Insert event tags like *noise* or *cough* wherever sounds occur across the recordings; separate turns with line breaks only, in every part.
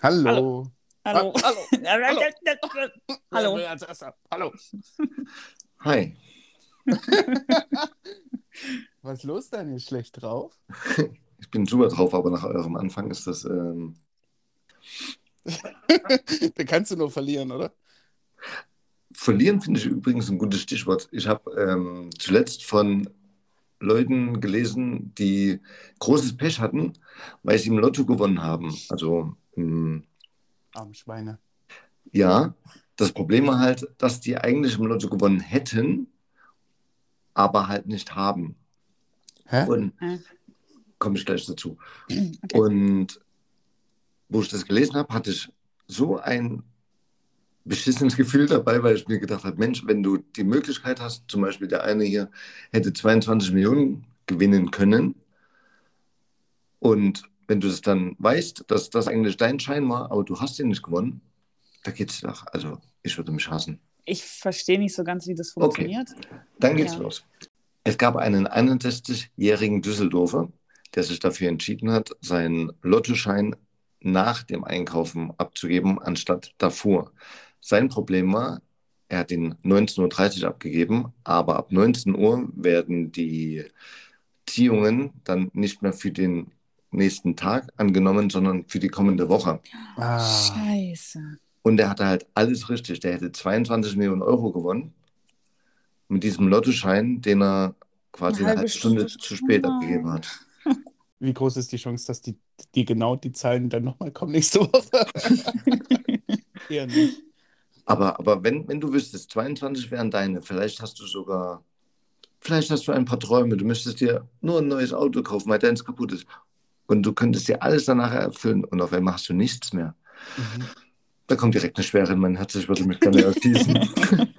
Hallo.
Hallo.
Ah,
*laughs* Hallo. Hallo.
Wer als erster? Hallo.
Hi.
Was ist los, Daniel? Schlecht
*laughs*
drauf?
Ich bin super drauf, aber nach eurem Anfang ist das. Ähm,
Da kannst du nur verlieren, oder?
verlieren finde ich übrigens ein gutes Stichwort. Ich habe ähm, zuletzt von Leuten gelesen, die großes Pech hatten, weil sie im Lotto gewonnen haben. Also, ähm,
Arme Schweine.
ja, das Problem war halt, dass die eigentlich im Lotto gewonnen hätten, aber halt nicht haben.
Hä?
Und
Hm.
komme ich gleich dazu. Und wo ich das gelesen habe, hatte ich so ein beschissenes Gefühl dabei, weil ich mir gedacht habe, Mensch, wenn du die Möglichkeit hast, zum Beispiel der eine hier hätte 22 Millionen gewinnen können und wenn du es dann weißt, dass das eigentlich dein Schein war, aber du hast ihn nicht gewonnen, da geht's nach. Also ich würde mich hassen.
Ich verstehe nicht so ganz, wie das funktioniert.
Dann geht's
Ja.
los. Es gab einen 61-jährigen Düsseldorfer, der sich dafür entschieden hat, seinen Lottoschein nach dem Einkaufen abzugeben, anstatt davor. Sein Problem war, er hat ihn 19.30 Uhr abgegeben, aber ab 19 Uhr werden die Ziehungen dann nicht mehr für den nächsten Tag angenommen, sondern für die kommende Woche.
Ah,
Scheiße.
Und der hatte halt alles richtig. Der hätte 22 Millionen Euro gewonnen mit diesem Lottoschein, den er quasi
Eine
eine halbe,
halbe
Stunde,
Stunde.
zu spät
Nein.
abgegeben hat.
wie groß ist die Chance, dass die, die genau die Zahlen dann nochmal kommen nächste
*laughs*
Woche? Eher nicht.
Aber, aber wenn, wenn du wüsstest, 22 wären deine, vielleicht hast du sogar, vielleicht hast du ein paar Träume, du müsstest dir nur ein neues Auto kaufen, weil deins kaputt ist. Und du könntest dir alles danach erfüllen und auf einmal hast du nichts mehr.
Mhm.
Da kommt direkt eine Schwere in mein Herz, ich würde mich gerne erschießen.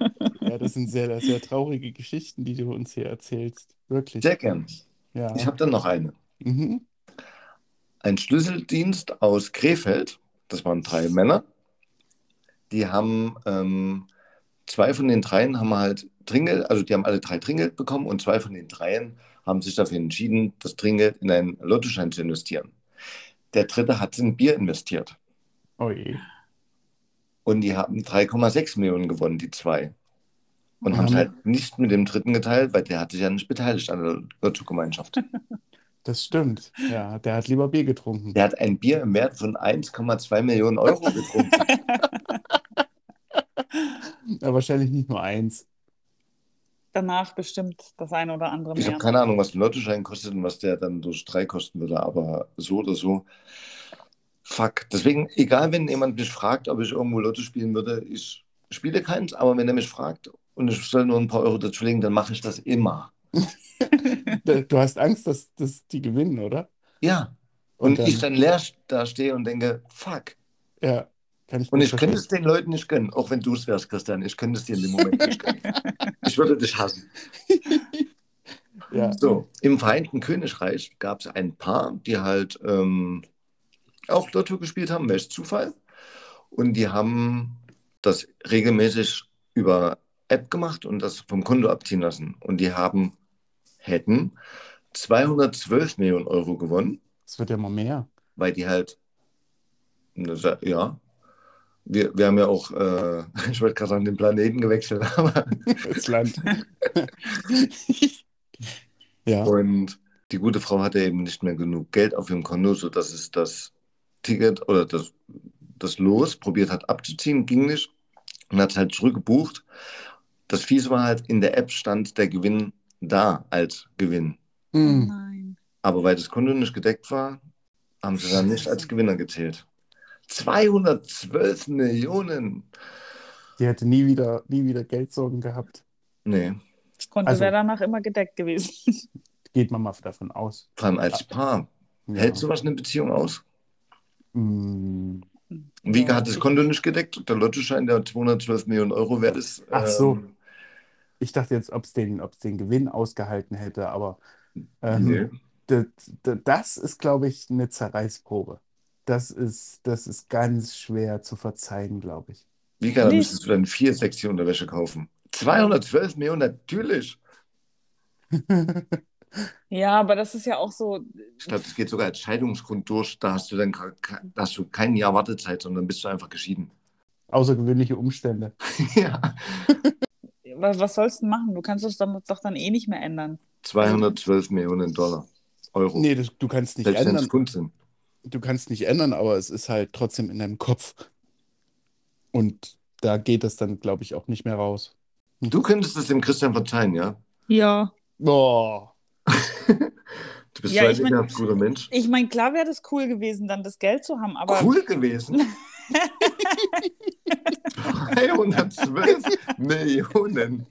*laughs*
Ja, das sind sehr, sehr traurige Geschichten, die du uns hier erzählst. Wirklich.
Sehr gern.
Ja.
Ich habe dann noch eine.
Mhm.
ein Schlüsseldienst aus Krefeld, das waren drei Männer, die haben, ähm, zwei von den dreien haben halt Trinkgeld, also die haben alle drei Trinkgeld bekommen und zwei von den dreien haben sich dafür entschieden, das Trinkgeld in einen Lottoschein zu investieren. Der dritte hat in Bier investiert
Oh je.
und die haben 3,6 Millionen gewonnen, die zwei. Und
Mhm.
haben es halt nicht mit dem dritten geteilt, weil der hat sich ja nicht beteiligt an der Lottogemeinschaft.
Das stimmt. Ja, der hat lieber Bier getrunken.
Der hat ein Bier im Wert von 1,2 Millionen Euro getrunken.
Aber wahrscheinlich nicht nur eins.
Danach bestimmt das eine oder andere
Ich
mehr.
habe keine Ahnung, was ein Lottoschein kostet und was der dann durch drei kosten würde, aber so oder so. Fuck. Deswegen, egal, wenn jemand mich fragt, ob ich irgendwo Lotto spielen würde, ich spiele keins, aber wenn er mich fragt und ich soll nur ein paar Euro dazulegen, dann mache ich das immer.
Du du hast Angst, dass, dass die gewinnen, oder?
Ja. Und,
dann-
ich dann leer da stehe und denke, fuck.
Ja, kann ich
Und
gut
ich
verstehen.
könnte es den Leuten nicht gönnen, auch wenn du es wärst, Christian. Ich könnte es dir in dem Moment nicht gönnen. Ich würde dich hassen.
Ja.
So, im Vereinten Königreich gab es ein Paar, die halt ähm, auch Lotto gespielt haben, welch Zufall. Und die haben das regelmäßig über App gemacht und das vom Konto abziehen lassen. Und die haben, hätten 212 Millionen Euro gewonnen,
Es wird ja immer mehr. *laughs*
weil die halt, ne, sa- ja, wir, wir haben ja auch, äh, *laughs* ich wollte gerade sagen, den Planeten gewechselt, *laughs* aber
Das *laughs* Land. ja,
Und die gute Frau hatte eben nicht mehr genug Geld auf ihrem Konto, sodass es das Ticket oder das, das Los probiert hat abzuziehen, ging nicht und hat es halt zurückgebucht. Das Fiese war halt, in der App stand der Gewinn da als Gewinn.
Hm,
Nein.
Aber weil das Konto nicht gedeckt war, haben sie dann nicht
Scheiße.
als Gewinner gezählt. 212 Millionen!
die hätte nie wieder, nie wieder Geldsorgen gehabt.
Nee,
Das Konto
Also-
wäre danach immer gedeckt gewesen.
Geht man mal davon aus.
vor allem als Paar.
Ja.
Hält sowas eine Beziehung aus?
Hm.
Wiege
Ja,
hat das
ich-
Konto nicht gedeckt. Der Lottoschein, der 212 Millionen Euro wert ist.
Ach so.
ähm,
Ich dachte jetzt, ob es den, ob's den Gewinn ausgehalten hätte, aber ähm,
nee.
d- d- das ist, glaube ich, eine Zerreißprobe. Das ist, das ist ganz schwer zu verzeihen, glaube ich. *laughs*
Wiege, da
Nee.
müsstest du dann vier sexy Unterwäsche kaufen. 212 Millionen, natürlich.
Ja, aber das ist ja auch so,
Ich glaube, das geht sogar als Scheidungsgrund durch. Da hast du dann ka- ka- da hast du kein Jahr Wartezeit, sondern bist du einfach geschieden. *laughs*
Außergewöhnliche Umstände.
ja.
wa- was sollst du machen? Du kannst es dann, doch dann eh nicht mehr ändern.
212 Millionen Dollar. Euro.
Nee, das, du kannst nicht
Selbst wenn es
ändern.
Grund sind.
Du kannst nicht ändern, aber es ist halt trotzdem in deinem Kopf. Und da geht das dann, glaube ich, auch nicht mehr raus.
Du könntest es dem Christian verzeihen, ja?
Ja.
Boah.
Du bist
Ja,
so ein
ich mein-
ekelhaft guter Mensch.
Ich meine, klar wäre das cool gewesen, dann das Geld zu haben, aber
Cool
*laughs*
gewesen. *laughs* 212 Millionen.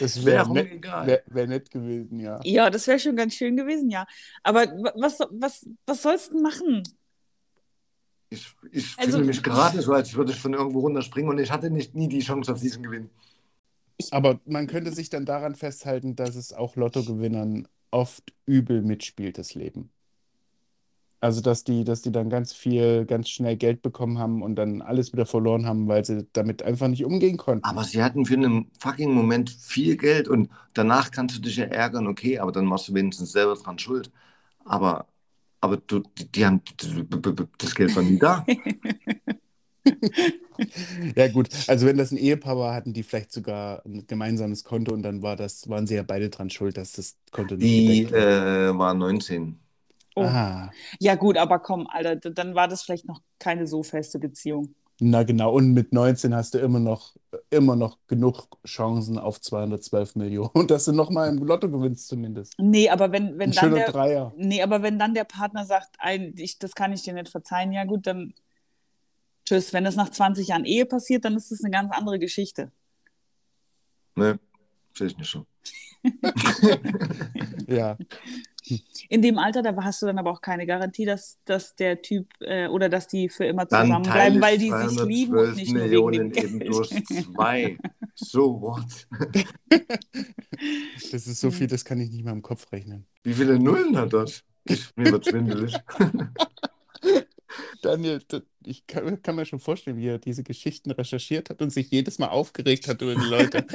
Das wäre
Wäre
nett,
egal.
wär, wär nett gewesen, ja.
ja, das wäre schon ganz schön gewesen, ja. Aber wa- was, was, was sollst du machen?
Ich, ich
Also-
fühle mich gerade so, als würde ich von irgendwo runterspringen und ich hatte nicht, nie die Chance auf diesen Gewinn.
Aber man könnte sich dann daran festhalten, dass es auch Lottogewinnern oft übel mitspielt, das Leben. Also, dass die, dass die dann ganz viel, ganz schnell Geld bekommen haben und dann alles wieder verloren haben, weil sie damit einfach nicht umgehen konnten.
Aber sie hatten für einen fucking Moment viel Geld und danach kannst du dich ja ärgern, okay, aber dann machst du wenigstens selber dran schuld. Aber, aber du, die, die haben, das Geld war
*laughs*
nie da.
Ja, gut. Also, wenn das ein Ehepaar war, hatten die vielleicht sogar ein gemeinsames Konto und dann war das, waren sie ja beide dran schuld, dass das Konto nicht
Die
gedeckt war.
äh, waren 19.
Oh.
Ah,
Ja, gut, aber komm, Alter, d- dann war das vielleicht noch keine so feste Beziehung.
na genau. Und mit 19 hast du immer noch, immer noch genug Chancen auf 212 Millionen. Und dass du nochmal im Lotto gewinnst, zumindest.
Nee, aber wenn,
Ein
wenn dann
schöner
der,
Dreier.
nee, aber wenn dann der Partner sagt, ein, ich, das kann ich dir nicht verzeihen, ja gut, dann tschüss. Wenn das nach 20 Jahren Ehe passiert, dann ist das eine ganz andere Geschichte.
Ne, sehe ich nicht so.
Ja,
In dem Alter, da hast du dann aber auch keine Garantie, dass, dass der Typ äh, oder dass die für immer
Dann teile
zusammenbleiben,
ich
weil die sich lieben und
212
nicht
Millionen
nur wegen
eben
dem
durch
Geld.
zwei. So what?
das ist so
Hm.
viel, das kann ich nicht mal im Kopf rechnen.
Wie viele Nullen hat das? Ich, mir wird schwindelig.
Daniel, d- ich kann, kann mir schon vorstellen, wie er diese Geschichten recherchiert hat und sich jedes Mal aufgeregt hat über die *laughs* Leute.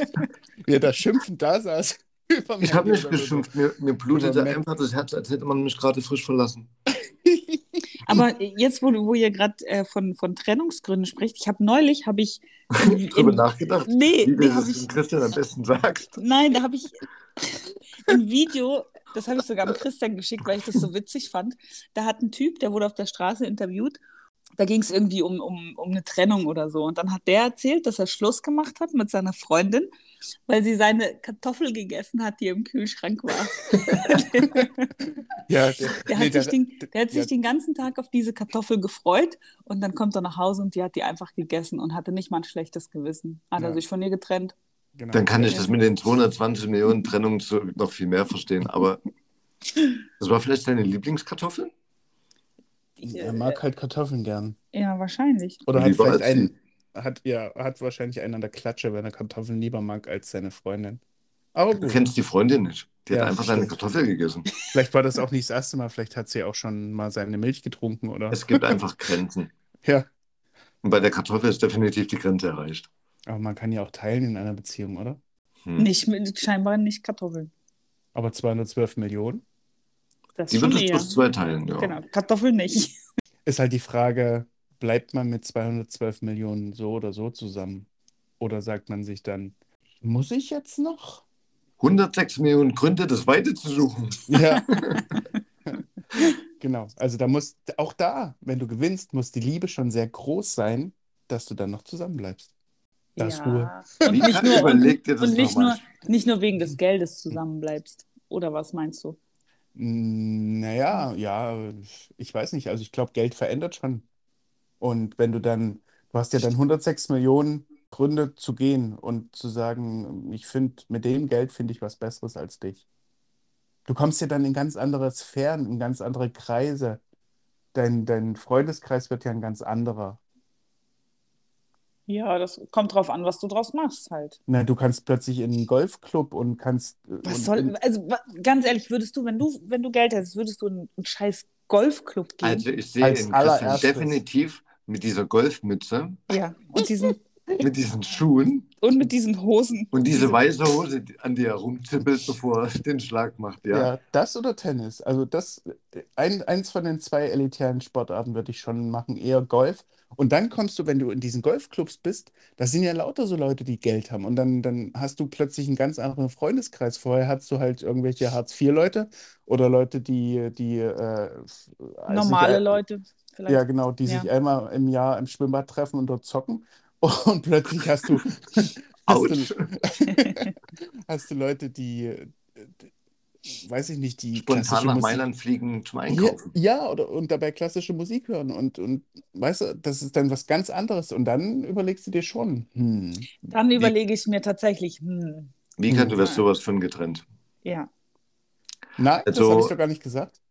wie er da schimpfend da saß. *laughs* Über
Ich
Mandy
habe nicht
oder so.
geschimpft, mir, mir blutete
Über Matt.
einfach das Herz, als hätte man mich gerade frisch verlassen.
*laughs*
*laughs*
Aber jetzt, wo, du- wo ihr gerade äh, von, von Trennungsgründen spricht, ich habe neulich, habe ich. in-
*laughs* Drüber
in-
nachgedacht,
Nee,
wie
nee
du
hab
das dem
ich,
Christian am besten sagst.
nein, da habe ich ein Video, das habe ich sogar an Christian geschickt, weil ich das so witzig fand. Da hat ein Typ, der wurde auf der Straße interviewt, da ging es irgendwie um, um, um eine Trennung oder so. Und dann hat der erzählt, dass er Schluss gemacht hat mit seiner Freundin, weil sie seine Kartoffel gegessen hat, die im Kühlschrank war.
*laughs*
*laughs*
Ja, der,
Der hat
nee,
sich,
der,
den, der hat
ja.
sich den ganzen Tag auf diese Kartoffel gefreut und dann kommt er nach Hause und die hat die einfach gegessen und hatte nicht mal ein schlechtes Gewissen. Hat
Ja.
er sich von ihr getrennt?
genau.
Dann kann ich das mit den 220 Millionen Trennungen so noch viel mehr verstehen, aber das war vielleicht deine Lieblingskartoffel?
Er mag halt Kartoffeln gern.
ja, wahrscheinlich.
Oder hat
Lieber
vielleicht
als
einen, hat, ja, hat wahrscheinlich einen an der Klatsche, wenn er Kartoffeln lieber mag als seine Freundin. Aber
Du
gut,
kennst die Freundin nicht. Die
Ja,
hat einfach seine
stimmt.
Kartoffel gegessen.
vielleicht war das auch nicht das erste Mal, vielleicht hat sie auch schon mal seine Milch getrunken oder.
Es gibt einfach Grenzen.
Ja.
Und bei der Kartoffel ist definitiv die Grenze erreicht.
Aber man kann ja auch teilen in einer Beziehung, oder?
Hm.
Nicht, mit- scheinbar nicht Kartoffeln.
Aber 212 Millionen
Das
Die
schon
wird es
eher.
bloß zweiteilen, ja.
Genau, Kartoffeln nicht.
ist halt die Frage, bleibt man mit 212 Millionen so oder so zusammen? Oder sagt man sich dann, muss ich jetzt noch?
106 Millionen Gründe, das Weite zu suchen.
Ja. genau. Also da muss, auch da, wenn du gewinnst, muss die Liebe schon sehr groß sein, dass du dann noch zusammenbleibst. Das ist cool.
Und nicht nur, und,
Überleg dir das
und nicht,
nochmal.
nur, nicht nur wegen des Geldes zusammenbleibst. Oder was meinst du?
Mm, Naja, ja, ich weiß nicht. Also ich glaube, Geld verändert schon. Und wenn du dann, du hast ja dann 106 Millionen Gründe zu gehen und zu sagen, ich finde, mit dem Geld finde ich was Besseres als dich. Du kommst ja dann in ganz andere Sphären, in ganz andere Kreise. Dein, dein Freundeskreis wird ja ein ganz anderer.
Ja, das kommt drauf an, was du draus machst halt.
Na, du kannst plötzlich in einen Golfclub und kannst. äh, und
Was soll,
in,
also wa- ganz ehrlich, würdest du, wenn du, wenn du Geld hättest, würdest du in einen scheiß Golfclub gehen?
Also ich sehe
Als
ihn
allererstes.
definitiv mit dieser Golfmütze
ja. Und diesen
mit diesen Schuhen
Und mit diesen Hosen.
und diese weiße Hose, die- an die er rumzippelt, bevor er den Schlag macht. Ja.
Ja, das oder Tennis? Also das, ein, eins von den zwei elitären Sportarten würde ich schon machen, eher Golf. Und dann kommst du, wenn du in diesen Golfclubs bist, da sind ja lauter so Leute, die Geld haben. Und dann, dann hast du plötzlich einen ganz anderen Freundeskreis. Vorher hattest du halt irgendwelche Hartz-IV-Leute oder Leute, die, die äh,
Also
Normale
sich- äh,
Leute. Vielleicht.
Ja, genau, die
Ja.
sich einmal im Jahr im Schwimmbad treffen und dort zocken. *laughs* Und plötzlich hast
*laughs*
du, hast
Autsch.
du, hast du Leute, die, die- weiß ich nicht, die
Spontan
klassische
nach
Musik-
Mailand fliegen zum
Ja,
Einkaufen.
ja oder, und dabei klassische Musik hören. Und, und weißt du, das ist dann was ganz anderes. Und dann überlegst du dir schon, hm,
Dann überlege ich mir tatsächlich, hm,
Wie kann du wirst sowas von getrennt?
ja.
nein, das
Also-
habe ich doch gar nicht gesagt.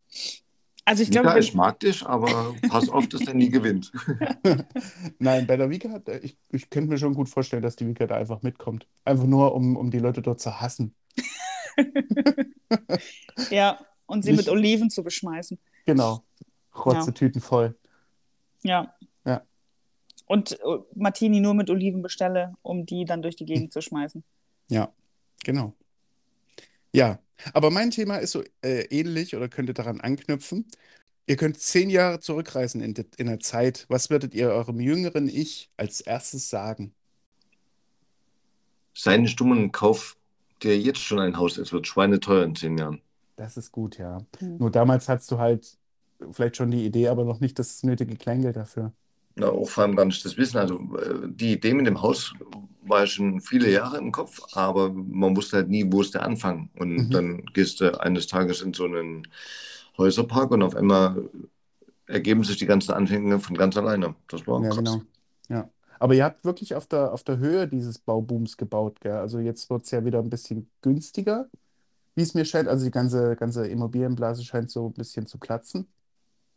Also ich
Mika,
glaube,
ich mag dich, aber pass auf, dass er
*laughs*
nie gewinnt.
Nein, bei der Vika, hat- äh, ich, ich könnte mir schon gut vorstellen, dass die Vika da einfach mitkommt. Einfach nur, um, um die Leute dort zu hassen.
wenn- ja, und sie
Nicht-
mit Oliven zu beschmeißen.
Genau. Rotze Tüten voll.
Ja.
Ja.
Und äh, Martini nur mit Oliven bestelle, um die dann durch die Gegend zu schmeißen.
Genau. Ja, aber mein Thema ist so äh, ähnlich oder könnte daran anknüpfen. Ihr könnt zehn Jahre zurückreisen in, de- in der Zeit. Was würdet ihr eurem jüngeren Ich als erstes sagen?
Sei nicht dumm und kauf dir jetzt schon ein Haus. Es wird schweineteuer in zehn Jahren.
Das ist gut, ja.
Hm.
Nur damals hattest du halt vielleicht schon die Idee, aber noch nicht das nötige Kleingeld dafür.
Na, auch vor allem gar nicht das Wissen. Also äh, die Idee mit dem Haus war schon viele Jahre im Kopf, aber man wusste halt nie, wo ist der Anfang. Und
Mhm.
dann gehst du eines Tages in so einen Häuserpark und auf einmal ergeben sich die ganzen Anfänge von ganz alleine. Das war
Ja,
krass.
genau. Ja. Aber ihr habt wirklich auf der, auf der Höhe dieses Baubooms gebaut, gell? Also jetzt wird es ja wieder ein bisschen günstiger, wie es mir scheint. Also die ganze, ganze Immobilienblase scheint so ein bisschen zu platzen.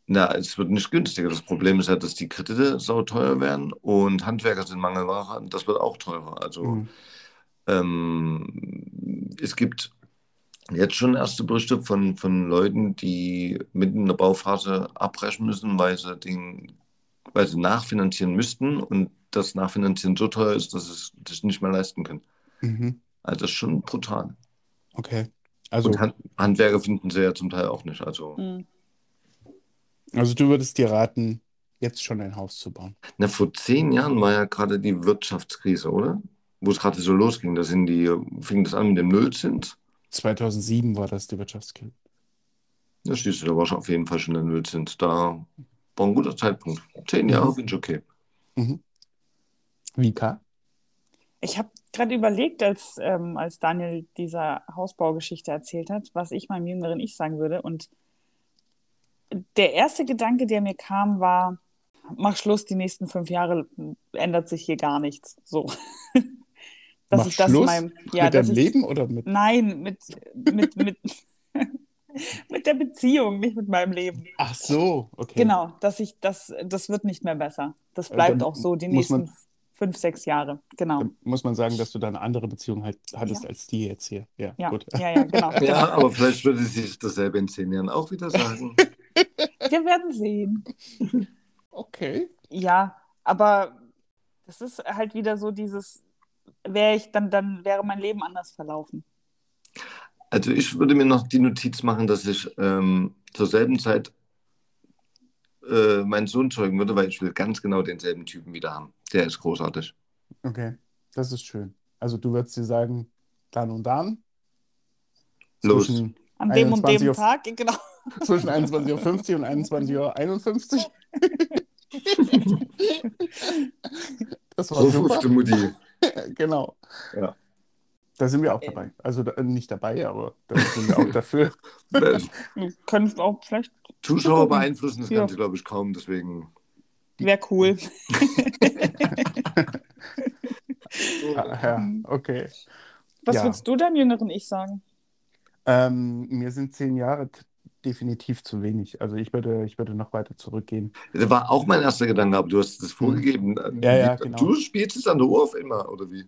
Na, es wird nicht günstiger. Das Problem ist ja, dass die Kredite sauteuer werden und Handwerker sind Mangelware. und Das wird auch teurer. Also
Mhm.
Ähm, es gibt jetzt schon erste Berichte von, von Leuten, die mitten in der Bauphase abbrechen müssen, weil sie, den, weil sie nachfinanzieren müssten und das Nachfinanzieren so teuer ist, dass sie es sich nicht mehr leisten können.
Mhm.
Also das ist schon brutal.
Okay. Also,
Und Hand, Handwerker finden sie ja zum Teil auch nicht. Also,
Hm.
also du würdest dir raten, jetzt schon ein Haus zu bauen.
na, vor zehn Jahren war ja gerade die Wirtschaftskrise, oder? Wo es gerade so losging, da sind die, fing das an mit dem Nullzins.
2007 war das die Wirtschaftskrise.
Da stehst du, da warst du auf jeden Fall schon in der Nullzins. Da war ein guter Zeitpunkt. Zehn Jahre finde ich okay.
Mhm. Vika?
Ich habe gerade überlegt, als, ähm, als Daniel dieser Hausbaugeschichte erzählt hat, was ich meinem jüngeren Ich sagen würde. Und der erste Gedanke, der mir kam, war, mach Schluss, die nächsten fünf Jahre ändert sich hier gar nichts. So. *laughs*
Mach Schluss
ja,
mit
dass
deinem
ich-
Leben oder mit.
Nein, mit, mit, mit, *laughs* mit der Beziehung, nicht mit meinem Leben.
Ach so, okay. Äh,
Genau, dass ich, das, das wird nicht mehr besser. Das bleibt
Dann
auch so die
muss man-
nächsten fünf, sechs Jahre. Genau.
Da muss man sagen, dass du da eine andere Beziehung halt hattest
Ja.
als die jetzt hier. Ja,
Ja,
gut.
ja,
*laughs*
ja, genau.
Ja, aber vielleicht würde sich dasselbe in zehn Jahren auch wieder sagen.
Wir werden sehen.
Okay.
Ja, aber das ist halt wieder so dieses, wäre ich dann, dann wäre mein Leben anders verlaufen.
Also ich würde mir noch die Notiz machen, dass ich ähm, zur selben Zeit äh, meinen Sohn zeugen würde, weil ich will ganz genau denselben Typen wieder haben. Der ist großartig.
Okay, das ist schön. Also du würdest dir sagen, dann und dann.
Los.
Zwischen,
An dem und dem
21 Uhr.
Tag, genau.
*laughs* zwischen 21.50 Uhr und 21.51
*laughs*
Uhr. Das war
So
super.
fünfte *laughs* Mutti.
*laughs* Genau.
Ja.
Da sind wir auch dabei. Also da, nicht dabei, aber da sind wir auch
*laughs*
dafür.
Äh,
Wir Können auch vielleicht,
Zuschauer beeinflussen das
Ja.
Ganze, glaube ich, kaum. Deswegen.
wäre cool.
Ah, ja, okay.
Was
Ja.
würdest du deinem jüngeren Ich sagen?
Ähm, mir sind zehn Jahre t- definitiv zu wenig. Also ich würde, ich würde noch weiter zurückgehen.
Das war auch mein erster Gedanke, aber du hast es vorgegeben.
Mhm. Ja, ja, genau.
Du spielst es an der Uhr auf immer, oder wie?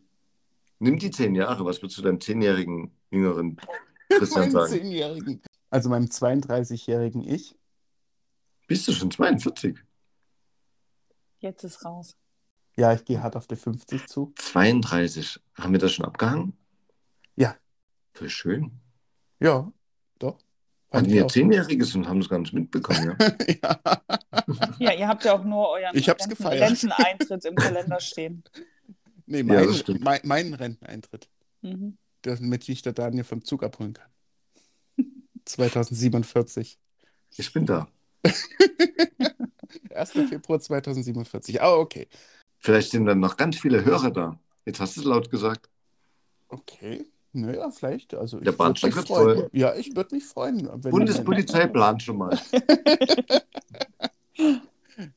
Nimm die zehn Jahre, was würdest du deinem zehnjährigen jüngeren
*laughs*
Christian
Meinem
sagen?
zehnjährigen. Also meinem 32-jährigen Ich.
Bist du schon 42?
Jetzt ist raus.
Ja, ich gehe hart auf die 50 zu.
32. Haben wir das schon abgehangen?
Ja.
Voll schön.
Ja, doch. Fand
Hatten
ich
wir
auch.
Zehnjähriges und haben es gar nicht mitbekommen.
*laughs*
Ja?
ja.
Ja, ihr habt ja auch nur euren
Ich hab's
Renten-
gefeiert.
Renteneintritt im Kalender stehen.
Nee,
Ja, das
mein,
stimmt.
mein, meinen Renteneintritt, *laughs*
Mhm.
damit ich der Daniel vom Zug abholen
*laughs*
kann. 2047.
Ich bin da.
1. Februar 2047. Ah, okay.
Vielleicht sind dann noch ganz viele Hörer da. Jetzt hast du es laut gesagt.
Okay. Naja, vielleicht. Also ich
Der
würd
Bahnsteig
mich
wird
freuen.
voll.
Ja, ich würde mich freuen. Wenn
Bundespolizei plant schon mal.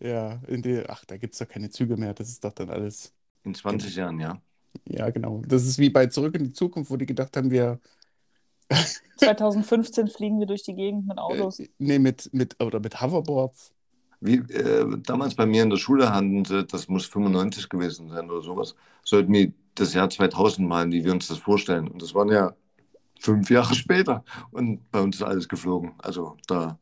Ja, in die, ach, da gibt es doch keine Züge mehr. Das ist doch dann alles.
In 20 Jahren, ja.
Ja, genau. Das ist wie bei Zurück in die Zukunft, wo die gedacht haben, wir äh,
2015 fliegen wir durch die Gegend mit
äh,
Autos.
nee, mit, mit, oder mit Hoverboards.
Wie äh, damals bei mir in der Schule hatten sie, das muss 95 gewesen sein oder sowas, sollten wir das Jahr 2000 malen, wie wir uns das vorstellen. Und das waren ja fünf Jahre *laughs* später. Und bei uns ist alles geflogen. Also da,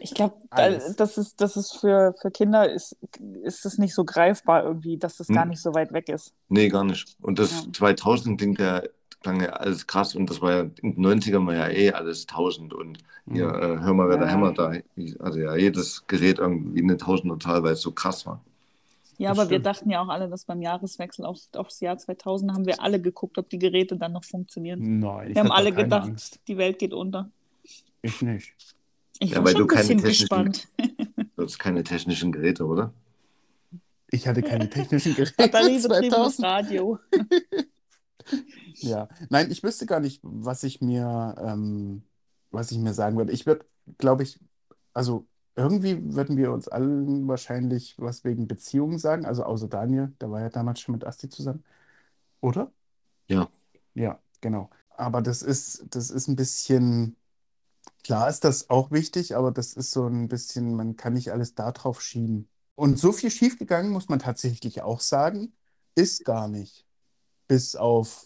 Ich glaube,
Alles.
das ist, das ist für, für Kinder ist, ist es nicht so greifbar irgendwie, dass das gar
Hm.
nicht so weit weg ist.
nee, gar nicht. Und das
Ja.
2000 klingt ja, klang ja alles krass. Und das war ja, in den 90ern war ja eh alles 1000. Und
Hm.
ja, äh, hör mal, wer da
Mhm. Ja.
hämmert da. Also ja, jedes Gerät irgendwie eine Tausenderzahl, weil es so krass war.
Ja,
Das
aber wir
stimmt.
dachten ja auch alle, dass beim Jahreswechsel auf, aufs Jahr 2000 haben wir alle geguckt, ob die Geräte dann noch
Hm.
funktionieren.
Nein, ich
Wir haben
hab da
alle
keine
gedacht,
Angst.
die Welt geht unter.
Ich nicht.
Ich
Ja,
war
weil
schon ein
du keine
bisschen
technischen-
gespannt.
Das ist keine technischen Geräte, oder?
Ich hatte
*laughs*
keine technischen Geräte
Batteriebetriebenes
2000.
Radio.
Ja, nein, ich wüsste gar nicht, was ich mir, ähm, was ich mir sagen würde. Ich würde, glaube ich, also irgendwie würden wir uns allen wahrscheinlich was wegen Beziehungen sagen, also außer Daniel, der war ja damals schon mit Asti zusammen, oder?
Ja.
Ja, genau. Aber das ist, das ist ein bisschen, klar ist das auch wichtig, aber das ist so ein bisschen, man kann nicht alles da drauf schieben. Und so viel schiefgegangen, muss man tatsächlich auch sagen, ist gar nicht. Bis auf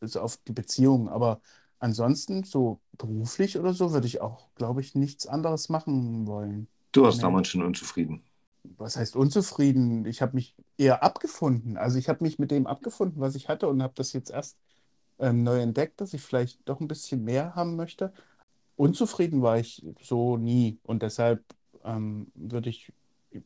bis auf die Beziehung. Aber ansonsten, so beruflich oder so, würde ich auch, glaube ich, nichts anderes machen wollen.
Du warst
Nee.
damals schon unzufrieden.
Was heißt unzufrieden? Ich habe mich eher abgefunden. Also ich habe mich mit dem abgefunden, was ich hatte und habe das jetzt erst ähm, neu entdeckt, dass ich vielleicht doch ein bisschen mehr haben möchte. Unzufrieden war ich so nie. Und deshalb ähm, würde ich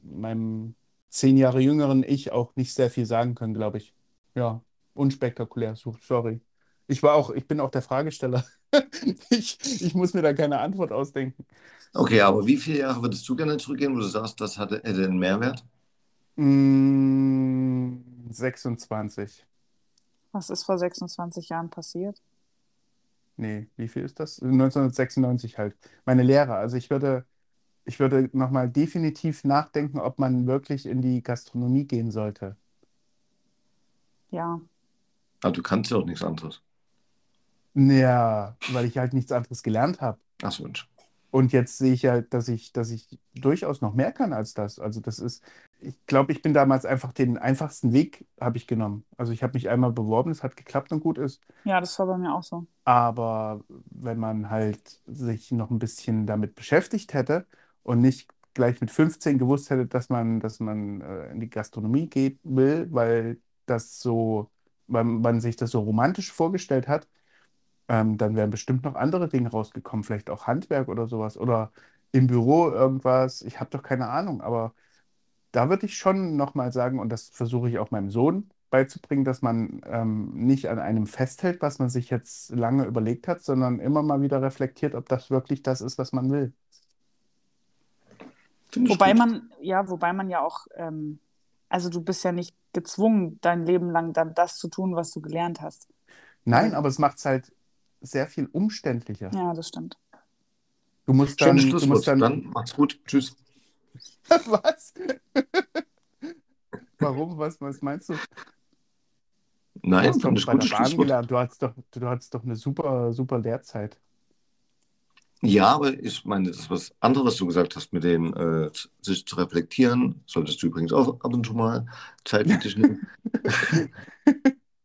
meinem zehn Jahre jüngeren Ich auch nicht sehr viel sagen können, glaube ich. Ja, unspektakulär, so- sorry. Ich war auch, ich bin auch der Fragesteller. *laughs* Ich, ich muss mir da keine Antwort ausdenken.
Okay, aber wie viele Jahre würdest du gerne zurückgehen, wo du sagst, das hatte, hätte einen Mehrwert?
Mm, 26.
Was ist vor 26 Jahren passiert?
Nee, wie viel ist das? 1996 halt. Meine Lehrer. Also ich würde, ich würde nochmal definitiv nachdenken, ob man wirklich in die Gastronomie gehen sollte.
Ja.
Ah, du kannst ja auch nichts anderes.
Ja, weil ich halt nichts anderes gelernt habe.
Ach so, Mensch.
Und jetzt sehe ich halt, dass ich, dass ich durchaus noch mehr kann als das. Also das ist, ich glaube, ich bin damals einfach den einfachsten Weg habe ich genommen. Also ich habe mich einmal beworben, es hat geklappt und gut ist.
Ja, das war bei mir auch so.
Aber wenn man halt sich noch ein bisschen damit beschäftigt hätte und nicht gleich mit 15 gewusst hätte, dass man, dass man äh, in die Gastronomie geht will, weil das so, weil man sich das so romantisch vorgestellt hat, ähm, dann wären bestimmt noch andere Dinge rausgekommen, vielleicht auch Handwerk oder sowas oder im Büro irgendwas. Ich habe doch keine Ahnung, aber da würde ich schon nochmal sagen, und das versuche ich auch meinem Sohn beizubringen, dass man ähm, nicht an einem festhält, was man sich jetzt lange überlegt hat, sondern immer mal wieder reflektiert, ob das wirklich das ist, was man will.
Finde ich
Wobei
gut.
man, ja, wobei man ja auch, ähm, also du bist ja nicht gezwungen, dein Leben lang dann das zu tun, was du gelernt hast.
Nein, aber es macht es halt sehr viel umständlicher.
Ja, das stimmt.
Du musst dann,
Schönes
du
Schlusswort.
musst
Dann,
dann,
macht's gut. Tschüss.
*laughs* was? *laughs* Warum? Was, was meinst du? Du
Nein,
hast
finde
doch
ich
bei
gut.
der Bahn
Schlusswort.
gelernt. Du hattest doch, du hattest doch eine super, super Lehrzeit.
Ja, aber ich meine, das ist was anderes, was du gesagt hast, mit dem äh, sich zu reflektieren. Solltest du übrigens auch ab und zu mal Zeit für
*laughs*
dich nehmen.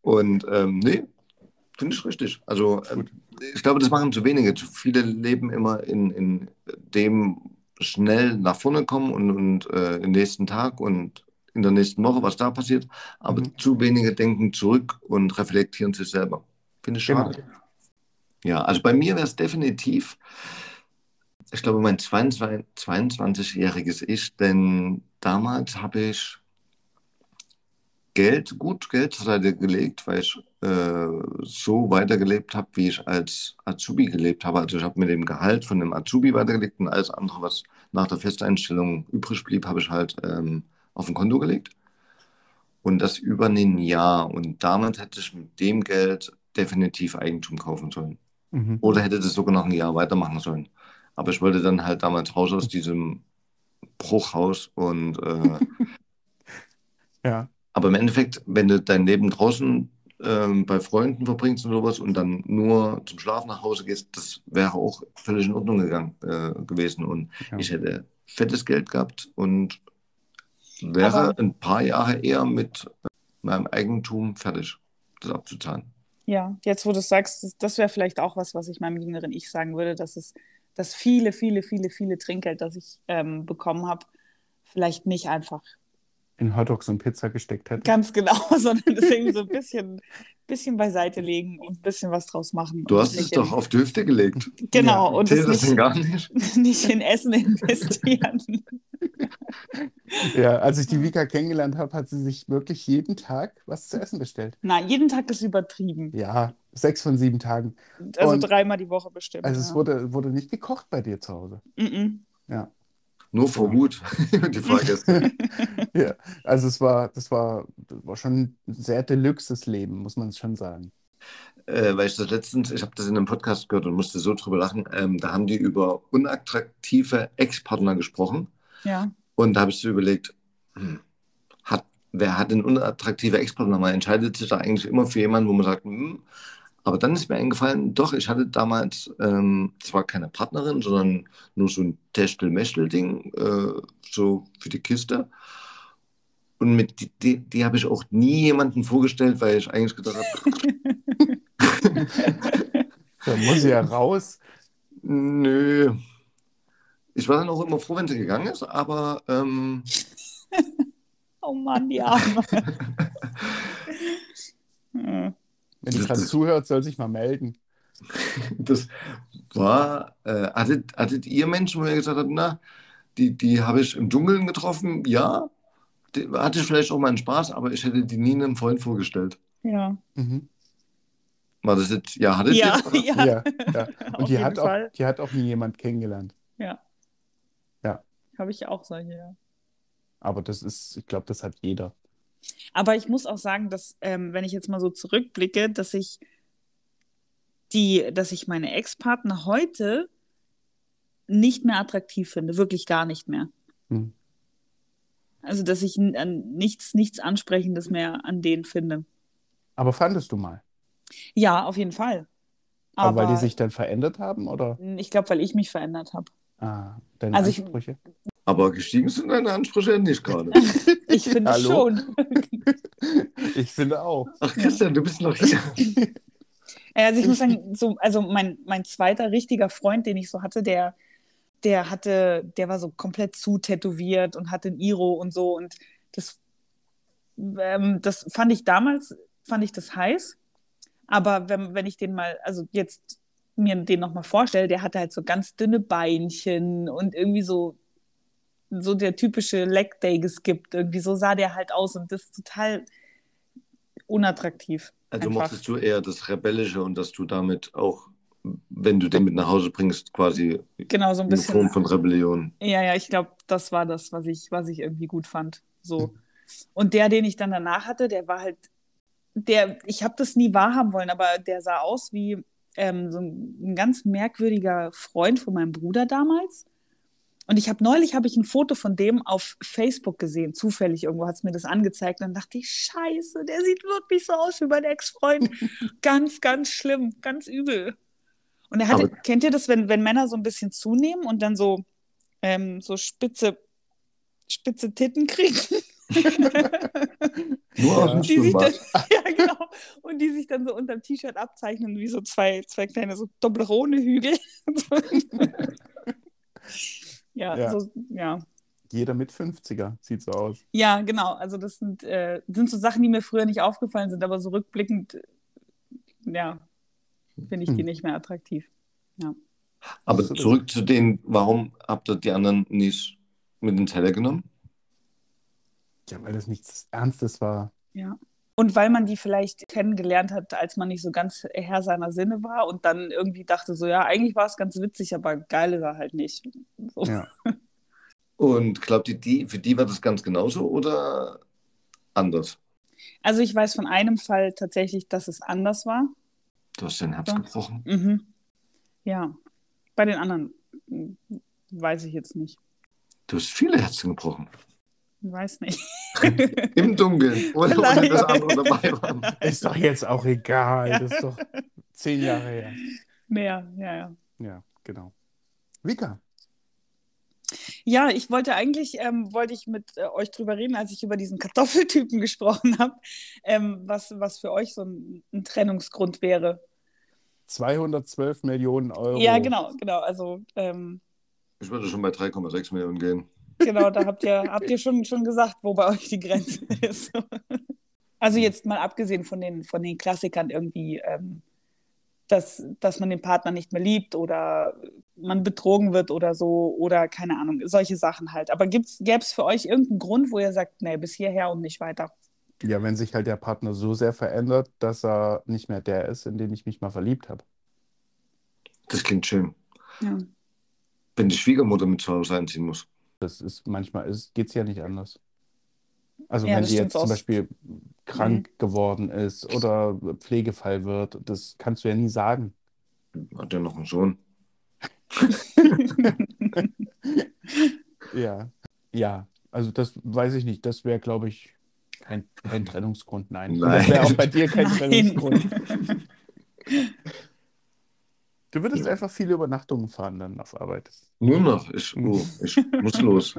Und ähm, nee, finde ich richtig. Also ähm, ich glaube, das machen zu wenige. Zu viele leben immer in, in dem schnell nach vorne kommen und, und äh, im nächsten Tag und in der nächsten Woche, was da passiert. Aber
Mhm.
zu wenige denken zurück und reflektieren sich selber. Finde ich
Genau.
schade. Ja, also bei mir wäre es definitiv, ich glaube, mein 22 22-jähriges Ich, denn damals habe ich Geld, gut Geld zur Seite gelegt, weil ich äh, so weitergelebt habe, wie ich als Azubi gelebt habe. Also ich habe mit dem Gehalt von dem Azubi weitergelegt und alles andere, was nach der Festeinstellung übrig blieb, habe ich halt ähm, auf ein Konto gelegt. Und das über ein Jahr. Und damit hätte ich mit dem Geld definitiv Eigentum kaufen sollen.
Mhm.
Oder hätte das sogar noch ein Jahr weitermachen sollen. Aber ich wollte dann halt damals raus aus diesem Bruchhaus. Und, äh,
Ja,
aber im Endeffekt, wenn du dein Leben draußen ähm, bei Freunden verbringst und sowas und dann nur zum Schlafen nach Hause gehst, das wäre auch völlig in Ordnung gegangen, äh, gewesen. Und
Ja.
ich hätte fettes Geld gehabt und wäre
Aber-
ein paar Jahre eher mit äh, meinem Eigentum fertig, das abzuzahlen.
Ja, jetzt wo du es sagst, das, das wäre vielleicht auch was, was ich meinem jüngeren Ich sagen würde, dass es, dass viele, viele, viele, viele Trinkgeld, das ich ähm, bekommen habe, vielleicht nicht einfach
in Hotdogs und Pizza gesteckt hätte.
ganz *laughs* genau, sondern es irgendwie so ein bisschen, bisschen beiseite legen und ein bisschen was draus machen.
Du
Und
hast es
nicht
doch
in,
auf die Hüfte gelegt.
*laughs* Genau, und
Zählt das
es
denn
nicht,
gar
*laughs*
nicht?
nicht in Essen investieren. *laughs*
Ja, als ich die Vika kennengelernt habe, hat sie sich wirklich jeden Tag was zu essen bestellt.
Nein, jeden Tag ist übertrieben.
Ja, sechs von sieben Tagen.
Also
Und-
dreimal die Woche bestimmt.
Also es
ja.
wurde, wurde nicht gekocht bei dir zu Hause. *laughs*
Mhm.
Nur vor Wut. *laughs* die
*laughs*
Fahrgäste.
Ja, also es war, das war, das war schon ein sehr deluxes Leben, muss man schon sagen.
äh, weil ich das letztens, ich habe das in einem Podcast gehört und musste so drüber lachen. Ähm, da haben die über unattraktive Ex-Partner gesprochen.
ja.
Und da habe ich so überlegt, hm, hat, wer hat denn unattraktive Ex-Partner? Man entscheidet sich da eigentlich immer für jemanden, wo man sagt, hm. Aber dann ist mir eingefallen, doch, ich hatte damals ähm, zwar keine Partnerin, sondern nur so ein Techtel-Mechtel-Ding, äh, so für die Kiste. Und mit die, die, die habe ich auch nie jemanden vorgestellt, weil ich eigentlich gedacht habe,
Da muss sie ja raus.
nö. Ich war dann auch immer froh, wenn sie gegangen ist, aber ähm,
Oh Mann, die Arme. Hm.
Wenn die gerade
Das-
zuhört, soll sich mal melden.
Das war, äh, hattet, hattet ihr Menschen, wo ihr gesagt habt, na, die, die habe ich im Dunkeln getroffen, ja, die, hatte ich vielleicht auch mal einen Spaß, aber ich hätte die nie einem Freund vorgestellt.
*laughs* ja.
Mhm.
War das jetzt, ja, hattet
Ja,
ihr?
ja.
Ja, ja.
*laughs* Auf
Und die
jeden
hat,
Fall.
auch, die hat auch nie jemand kennengelernt.
Habe ich auch solche, ja.
Aber das ist, ich glaube, das hat jeder.
Aber ich muss auch sagen, dass, ähm, wenn ich jetzt mal so zurückblicke, dass ich die, dass ich meine Ex-Partner heute nicht mehr attraktiv finde, wirklich gar nicht mehr.
Hm.
Also, dass ich n- an nichts, nichts Ansprechendes mehr an denen finde.
Aber fandest du mal?
Ja, auf jeden Fall.
Aber,
Aber,
weil die sich dann verändert haben oder?
ich glaube, weil ich mich verändert habe.
Ah, deine
Also ich-
Ansprüche? *laughs*
Aber gestiegen sind deine Ansprüche ja
*laughs*
nicht gerade.
*laughs*
Ich finde
Hallo?
schon.
Ich finde auch.
Ach, Christian, du bist noch hier.
Ja, Also ich muss sagen, so, also mein, mein zweiter richtiger Freund, den ich so hatte, der, der hatte, der war so komplett zutätowiert und hatte ein Iro und so. Und das, ähm, das fand ich damals, fand ich das heiß. Aber wenn, wenn ich den mal, also jetzt mir den nochmal vorstelle, der hatte halt so ganz dünne Beinchen und irgendwie so, so der typische Leg Day geskippt. Irgendwie so sah der halt aus und das ist total unattraktiv.
Also
Einfach.
mochtest du eher das Rebellische und dass du damit auch, wenn du den mit nach Hause bringst, quasi
Genau, so ein
eine
bisschen.
Form von Rebellion.
Ja, ja, ich glaube, das war das, was ich, was ich irgendwie gut fand. So. Und der, den ich dann danach hatte, der war halt, der, ich habe das nie wahrhaben wollen, aber der sah aus wie ähm, so ein, ein ganz merkwürdiger Freund von meinem Bruder damals. Und ich habe neulich habe ich ein Foto von dem auf Facebook gesehen, zufällig irgendwo hat es mir das angezeigt. Und dann dachte ich, Scheiße, der sieht wirklich so aus wie mein Ex-Freund. ganz, ganz schlimm, ganz übel. Und er hatte,
Aber-
kennt ihr das, wenn, wenn Männer so ein bisschen zunehmen und dann so, ähm, so spitze, spitze Titten kriegen?
Nur aus dem
*laughs* die sich dann,
Schwimmbad.
ja, genau. Und die sich dann so unterm T-Shirt abzeichnen, wie so zwei, zwei kleine so Doblerone-Hügel. *laughs* ja,
Ja.
So, ja,
Jeder mit 50er sieht so aus.
Ja, genau. Also das sind, äh, sind so Sachen, die mir früher nicht aufgefallen sind, aber so rückblickend, äh, ja, finde ich die
Hm.
nicht mehr attraktiv.
Aber
Absolut.
zurück zu denen, warum habt ihr die anderen nicht mit dem Teller genommen?
Ja, weil das nichts Ernstes war.
Und weil man die vielleicht kennengelernt hat, als man nicht so ganz Herr seiner Sinne war und dann irgendwie dachte so, ja, eigentlich war es ganz witzig, aber geil ist er halt nicht. So.
Ja.
Und glaubt ihr, die, für die war das ganz genauso oder anders?
Also ich weiß von einem Fall tatsächlich, dass es anders war.
Du hast dein Herz
Ja.
gebrochen.
Mhm. Ja, bei den anderen hm, weiß ich jetzt nicht.
Du hast viele Herzen gebrochen.
Weiß nicht.
Im Dunkeln, ohne, ohne
Vielleicht.
dass andere dabei waren.
*laughs* Ist doch jetzt auch egal. Das ist *laughs* doch zehn Jahre her.
Mehr, ja, ja.
Ja, genau. Vika,
Ja, ich wollte eigentlich, ähm, wollte ich mit äh, euch drüber reden, als ich über diesen Kartoffeltypen *laughs* gesprochen habe, ähm, was, was für euch so ein, ein Trennungsgrund wäre.
212 Millionen Euro.
Ja, genau, genau. Also ähm,
Ich würde schon bei 3,6 Millionen gehen.
genau, da habt ihr, habt ihr schon, schon gesagt, wo bei euch die Grenze ist. Also jetzt mal abgesehen von den, von den Klassikern irgendwie, ähm, dass, dass man den Partner nicht mehr liebt oder man betrogen wird oder so oder keine Ahnung, solche Sachen halt. Aber gäbe es für euch irgendeinen Grund, wo ihr sagt, nee, bis hierher und nicht weiter?
Ja, wenn sich halt der Partner so sehr verändert, dass er nicht mehr der ist, in den ich mich mal verliebt habe.
Das klingt schön.
Ja.
Wenn die Schwiegermutter mit zu Hause einziehen muss.
Das ist manchmal ist, geht es ja nicht anders. Also
Ja,
wenn
das
die jetzt
stimmt Mhm.
zum
aus-
Beispiel krank geworden ist oder Pflegefall wird, das kannst du ja nie sagen.
Hat ja noch einen Sohn.
Ja. Ja, also das weiß ich nicht. Das wäre, glaube ich, kein, kein Trennungsgrund. Nein. Und das
Nein.
wäre auch bei dir kein
Nein.
Trennungsgrund.
*laughs*
Du würdest einfach viele Übernachtungen fahren dann auf Arbeit.
Nur noch. Ich, oh, ich muss
*laughs*
los.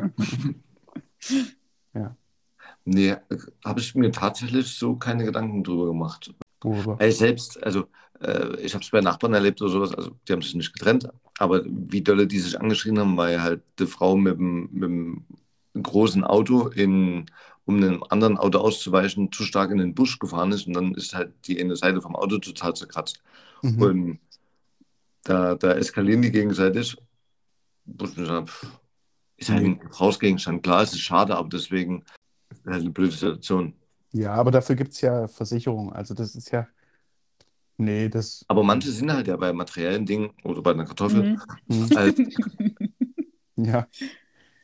Ja.
Nee, äh, habe ich mir tatsächlich so keine Gedanken drüber gemacht.
Worüber?
Weil ich selbst, also äh, ich habe es bei Nachbarn erlebt oder sowas, also die haben sich nicht getrennt, aber wie dolle die sich angeschrien haben, weil halt die Frau mit dem, mit dem großen Auto, in, um einem anderen Auto auszuweichen, zu stark in den Busch gefahren ist und dann ist halt die eine Seite vom Auto total zerkratzt.
Mhm.
Und da, da eskalieren die gegenseitig. Wo ich mir sage, pff, Ist halt ein Gebrauchsgegenstand, klar, es ist schade, aber deswegen ist halt eine blöde Situation.
Ja, aber dafür gibt es ja Versicherungen. Also das ist ja. Nee, das.
Aber manche sind halt ja bei materiellen Dingen oder bei einer Kartoffel
*laughs* Hm,
Mhm.
halt
Ja.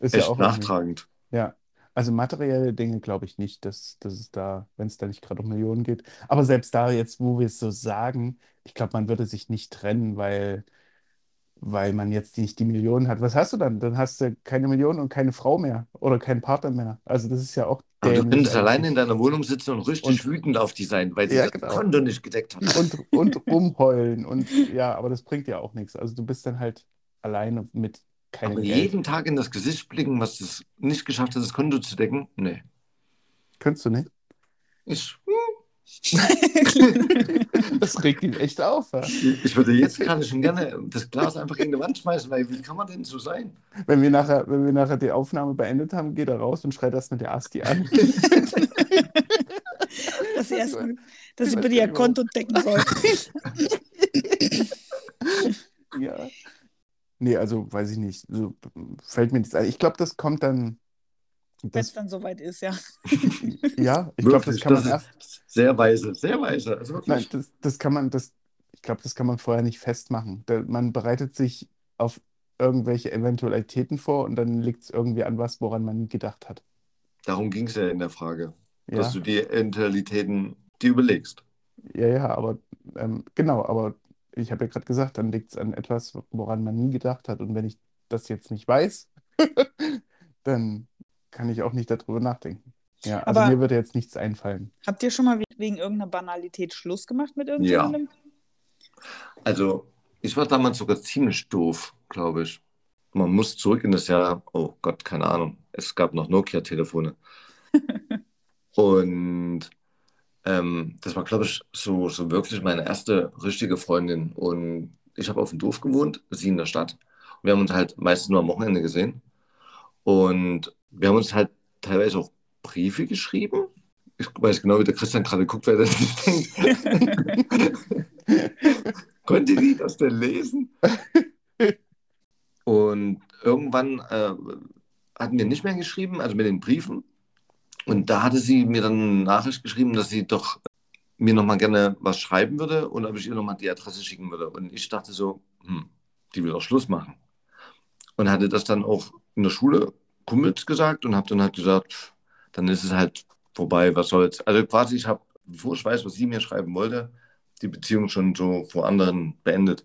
Ist ja
echt
auch irgendwie-
nachtragend.
Ja, also materielle Dinge glaube ich nicht, dass, dass es da, wenn es da nicht gerade um Millionen geht. Aber selbst da jetzt, wo wir es so sagen, ich glaube, man würde sich nicht trennen, weil, weil man jetzt nicht die Millionen hat. Was hast du dann? Dann hast du keine Millionen und keine Frau mehr oder keinen Partner mehr. Also das ist ja auch
Aber du
dämlich
könntest alleine
eigentlich.
in deiner Wohnung sitzen und richtig wütend auf die sein, weil sie
Ja,
das
genau.
Konto nicht gedeckt hat.
Und, und rumheulen und ja, aber das bringt ja auch nichts. Also du bist dann halt alleine mit keinem
Aber
Geld.
jeden Tag in das Gesicht blicken, was es nicht geschafft hat, das Konto zu decken, nee.
Könntest du
*laughs*
nicht?
Ich,
Das regt ihn echt auf. Ja?
ich würde
*laughs*
jetzt gerade schon gerne das Glas einfach gegen die Wand schmeißen, weil wie kann man denn so sein?
Wenn wir nachher, wenn wir nachher die Aufnahme beendet haben, geht er raus und schreit erstmal der Asti an.
*laughs* dass ihr erst,
ich
dass
weiß
ihr bitte
gar
ihr
nicht, warum.
Konto decken sollt.
Ja. Nee, also weiß ich nicht. So, fällt mir nichts ein. Ich glaube, das kommt dann.
Wenn es
Das,
dann soweit ist, ja.
ja, ich glaube, das
Wirklich,
kann man erst.
ist Sehr weise, sehr weise. Also
Nein,
wirklich.
das, das kann man, das, ich glaube, das kann man vorher nicht festmachen. Da, man bereitet sich auf irgendwelche Eventualitäten vor und dann liegt es irgendwie an was, woran man nie gedacht hat.
Darum ging es ja in der Frage,
Ja,
dass du die Eventualitäten dir überlegst.
ja, ja, aber ähm, genau, aber ich habe ja gerade gesagt, dann liegt es an etwas, woran man nie gedacht hat. Und wenn ich das jetzt nicht weiß, *laughs* dann kann ich auch nicht darüber nachdenken. Ja, also
Aber-
mir würde jetzt nichts einfallen.
Habt ihr schon mal we- wegen irgendeiner Banalität Schluss gemacht mit irgendjemandem?
Also, ich war damals sogar ziemlich doof, glaube ich. Man muss zurück in das Jahr, oh Gott, keine Ahnung. Es gab noch Nokia-Telefone. Und ähm, das war, glaube ich, so, so wirklich meine erste richtige Freundin. Und ich habe auf dem Dorf gewohnt, sie in der Stadt. Und wir haben uns halt meistens nur am Wochenende gesehen. Und wir haben uns halt teilweise auch Briefe geschrieben. Ich weiß genau, wie der Christian gerade guckt, wer das nicht denkt. Konnte die das denn lesen? *laughs* Und irgendwann äh, hatten wir nicht mehr geschrieben, also mit den Briefen. Und da hatte sie mir dann eine Nachricht geschrieben, dass sie doch mir nochmal gerne was schreiben würde und ob ich ihr nochmal die Adresse schicken würde. Und ich dachte so, hm, die will doch Schluss machen. Und hatte das dann auch in der Schule Kumpels gesagt und habe dann halt gesagt, pff, dann ist es halt vorbei, was soll's. Also quasi, ich habe, bevor ich weiß, was sie mir schreiben wollte, die Beziehung schon so vor anderen beendet.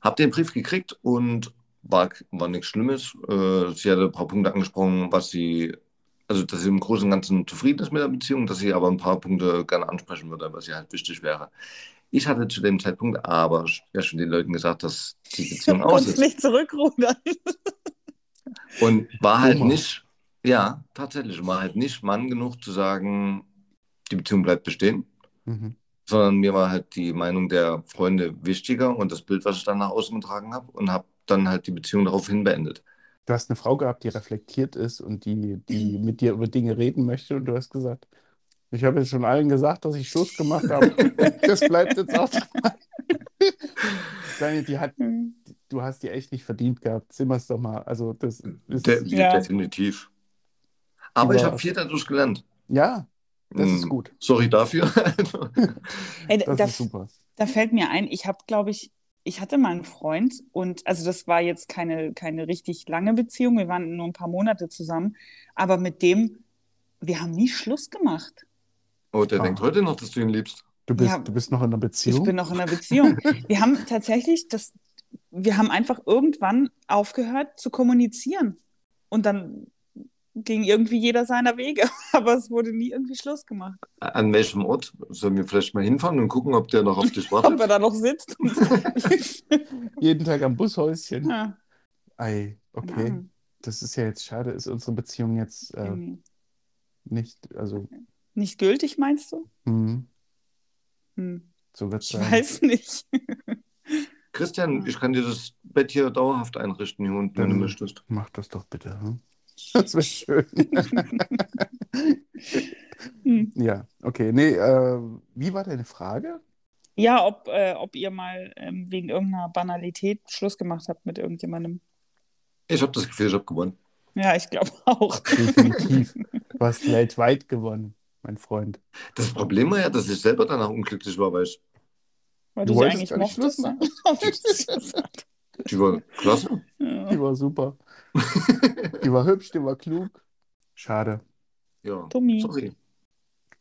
Habe den Brief gekriegt und war, war nichts Schlimmes. Äh, sie hatte ein paar Punkte angesprochen, was sie, also dass sie im Großen und Ganzen zufrieden ist mit der Beziehung, dass sie aber ein paar Punkte gerne ansprechen würde, was ihr halt wichtig wäre. Ich hatte zu dem Zeitpunkt aber ja schon den Leuten gesagt, dass die
*laughs*
Beziehung aus
Kannst
ist.
*laughs*
nicht zurückrudern.
Und war halt
Oma.
nicht, ja, tatsächlich, war halt nicht Mann genug zu sagen, die Beziehung bleibt bestehen,
Mhm.
sondern mir war halt die Meinung der Freunde wichtiger und das Bild, was ich dann nach außen getragen habe und habe dann halt die Beziehung daraufhin beendet.
Du hast eine Frau gehabt, die reflektiert ist und die, die mit dir über Dinge reden möchte und du hast gesagt, ich habe jetzt schon allen gesagt, dass ich Schluss gemacht habe. Das bleibt jetzt auch dabei. *laughs* Daniel, die hat, du hast die echt nicht verdient gehabt. Sind wir es doch mal. Also das ist,
De
Ja.
Definitiv. Aber ich
Ja.
habe viel dadurch gelernt.
ja, das ist
Mm,
gut.
Sorry dafür. *laughs*
Ey,
Das
da-
ist super.
Da fällt mir ein, ich habe, glaube ich, ich hatte mal einen Freund und also das war jetzt keine, keine richtig lange Beziehung, wir waren nur ein paar Monate zusammen, aber mit dem, wir haben nie Schluss gemacht.
oh, der
Ah.
denkt heute noch, dass du ihn liebst.
Du bist,
Ja.
du bist noch in einer Beziehung.
Ich bin noch in einer
*laughs*
Beziehung. Wir haben tatsächlich das, wir haben einfach irgendwann aufgehört zu kommunizieren und dann ging irgendwie jeder seiner Wege, *laughs* aber es wurde nie irgendwie Schluss gemacht.
An welchem Ort? Sollen wir vielleicht mal hinfahren und gucken, ob der noch auf dich
*laughs*
Ob
wartet?
er da noch sitzt. Und
Jeden Tag am Bushäuschen.
*laughs* ja,
Ei,
keine
okay.
Ahnung,
Das ist ja jetzt schade, ist unsere Beziehung jetzt äh,
irgendwie.
nicht, also
Nicht gültig, meinst du?
hm,
Hm.
so wird es
Ich
sein.
weiß nicht.
Christian, ich kann dir das Bett hier dauerhaft einrichten hier unten, wenn du
Mhm.
möchtest.
Mach das doch bitte. Hm? Das wäre
*laughs*
schön.
Hm.
Ja, okay. Nee, äh, wie war deine Frage?
Ja, ob, äh, ob ihr mal ähm, wegen irgendeiner Banalität Schluss gemacht habt mit irgendjemandem.
Ich habe das Gefühl, ich habe gewonnen.
Ja, ich glaube auch.
Definitiv. Du hast weltweit gewonnen, mein Freund.
Das Problem war ja, dass ich selber danach unglücklich war, weil ich,
Weil
Du
du, sie
wolltest
eigentlich
gar nicht
mochtest.
Schluss machen.
*laughs* ne?
die war klasse.
Die war
*laughs*
super. Die war hübsch, die war klug. Schade.
Ja,
Dummi.
sorry.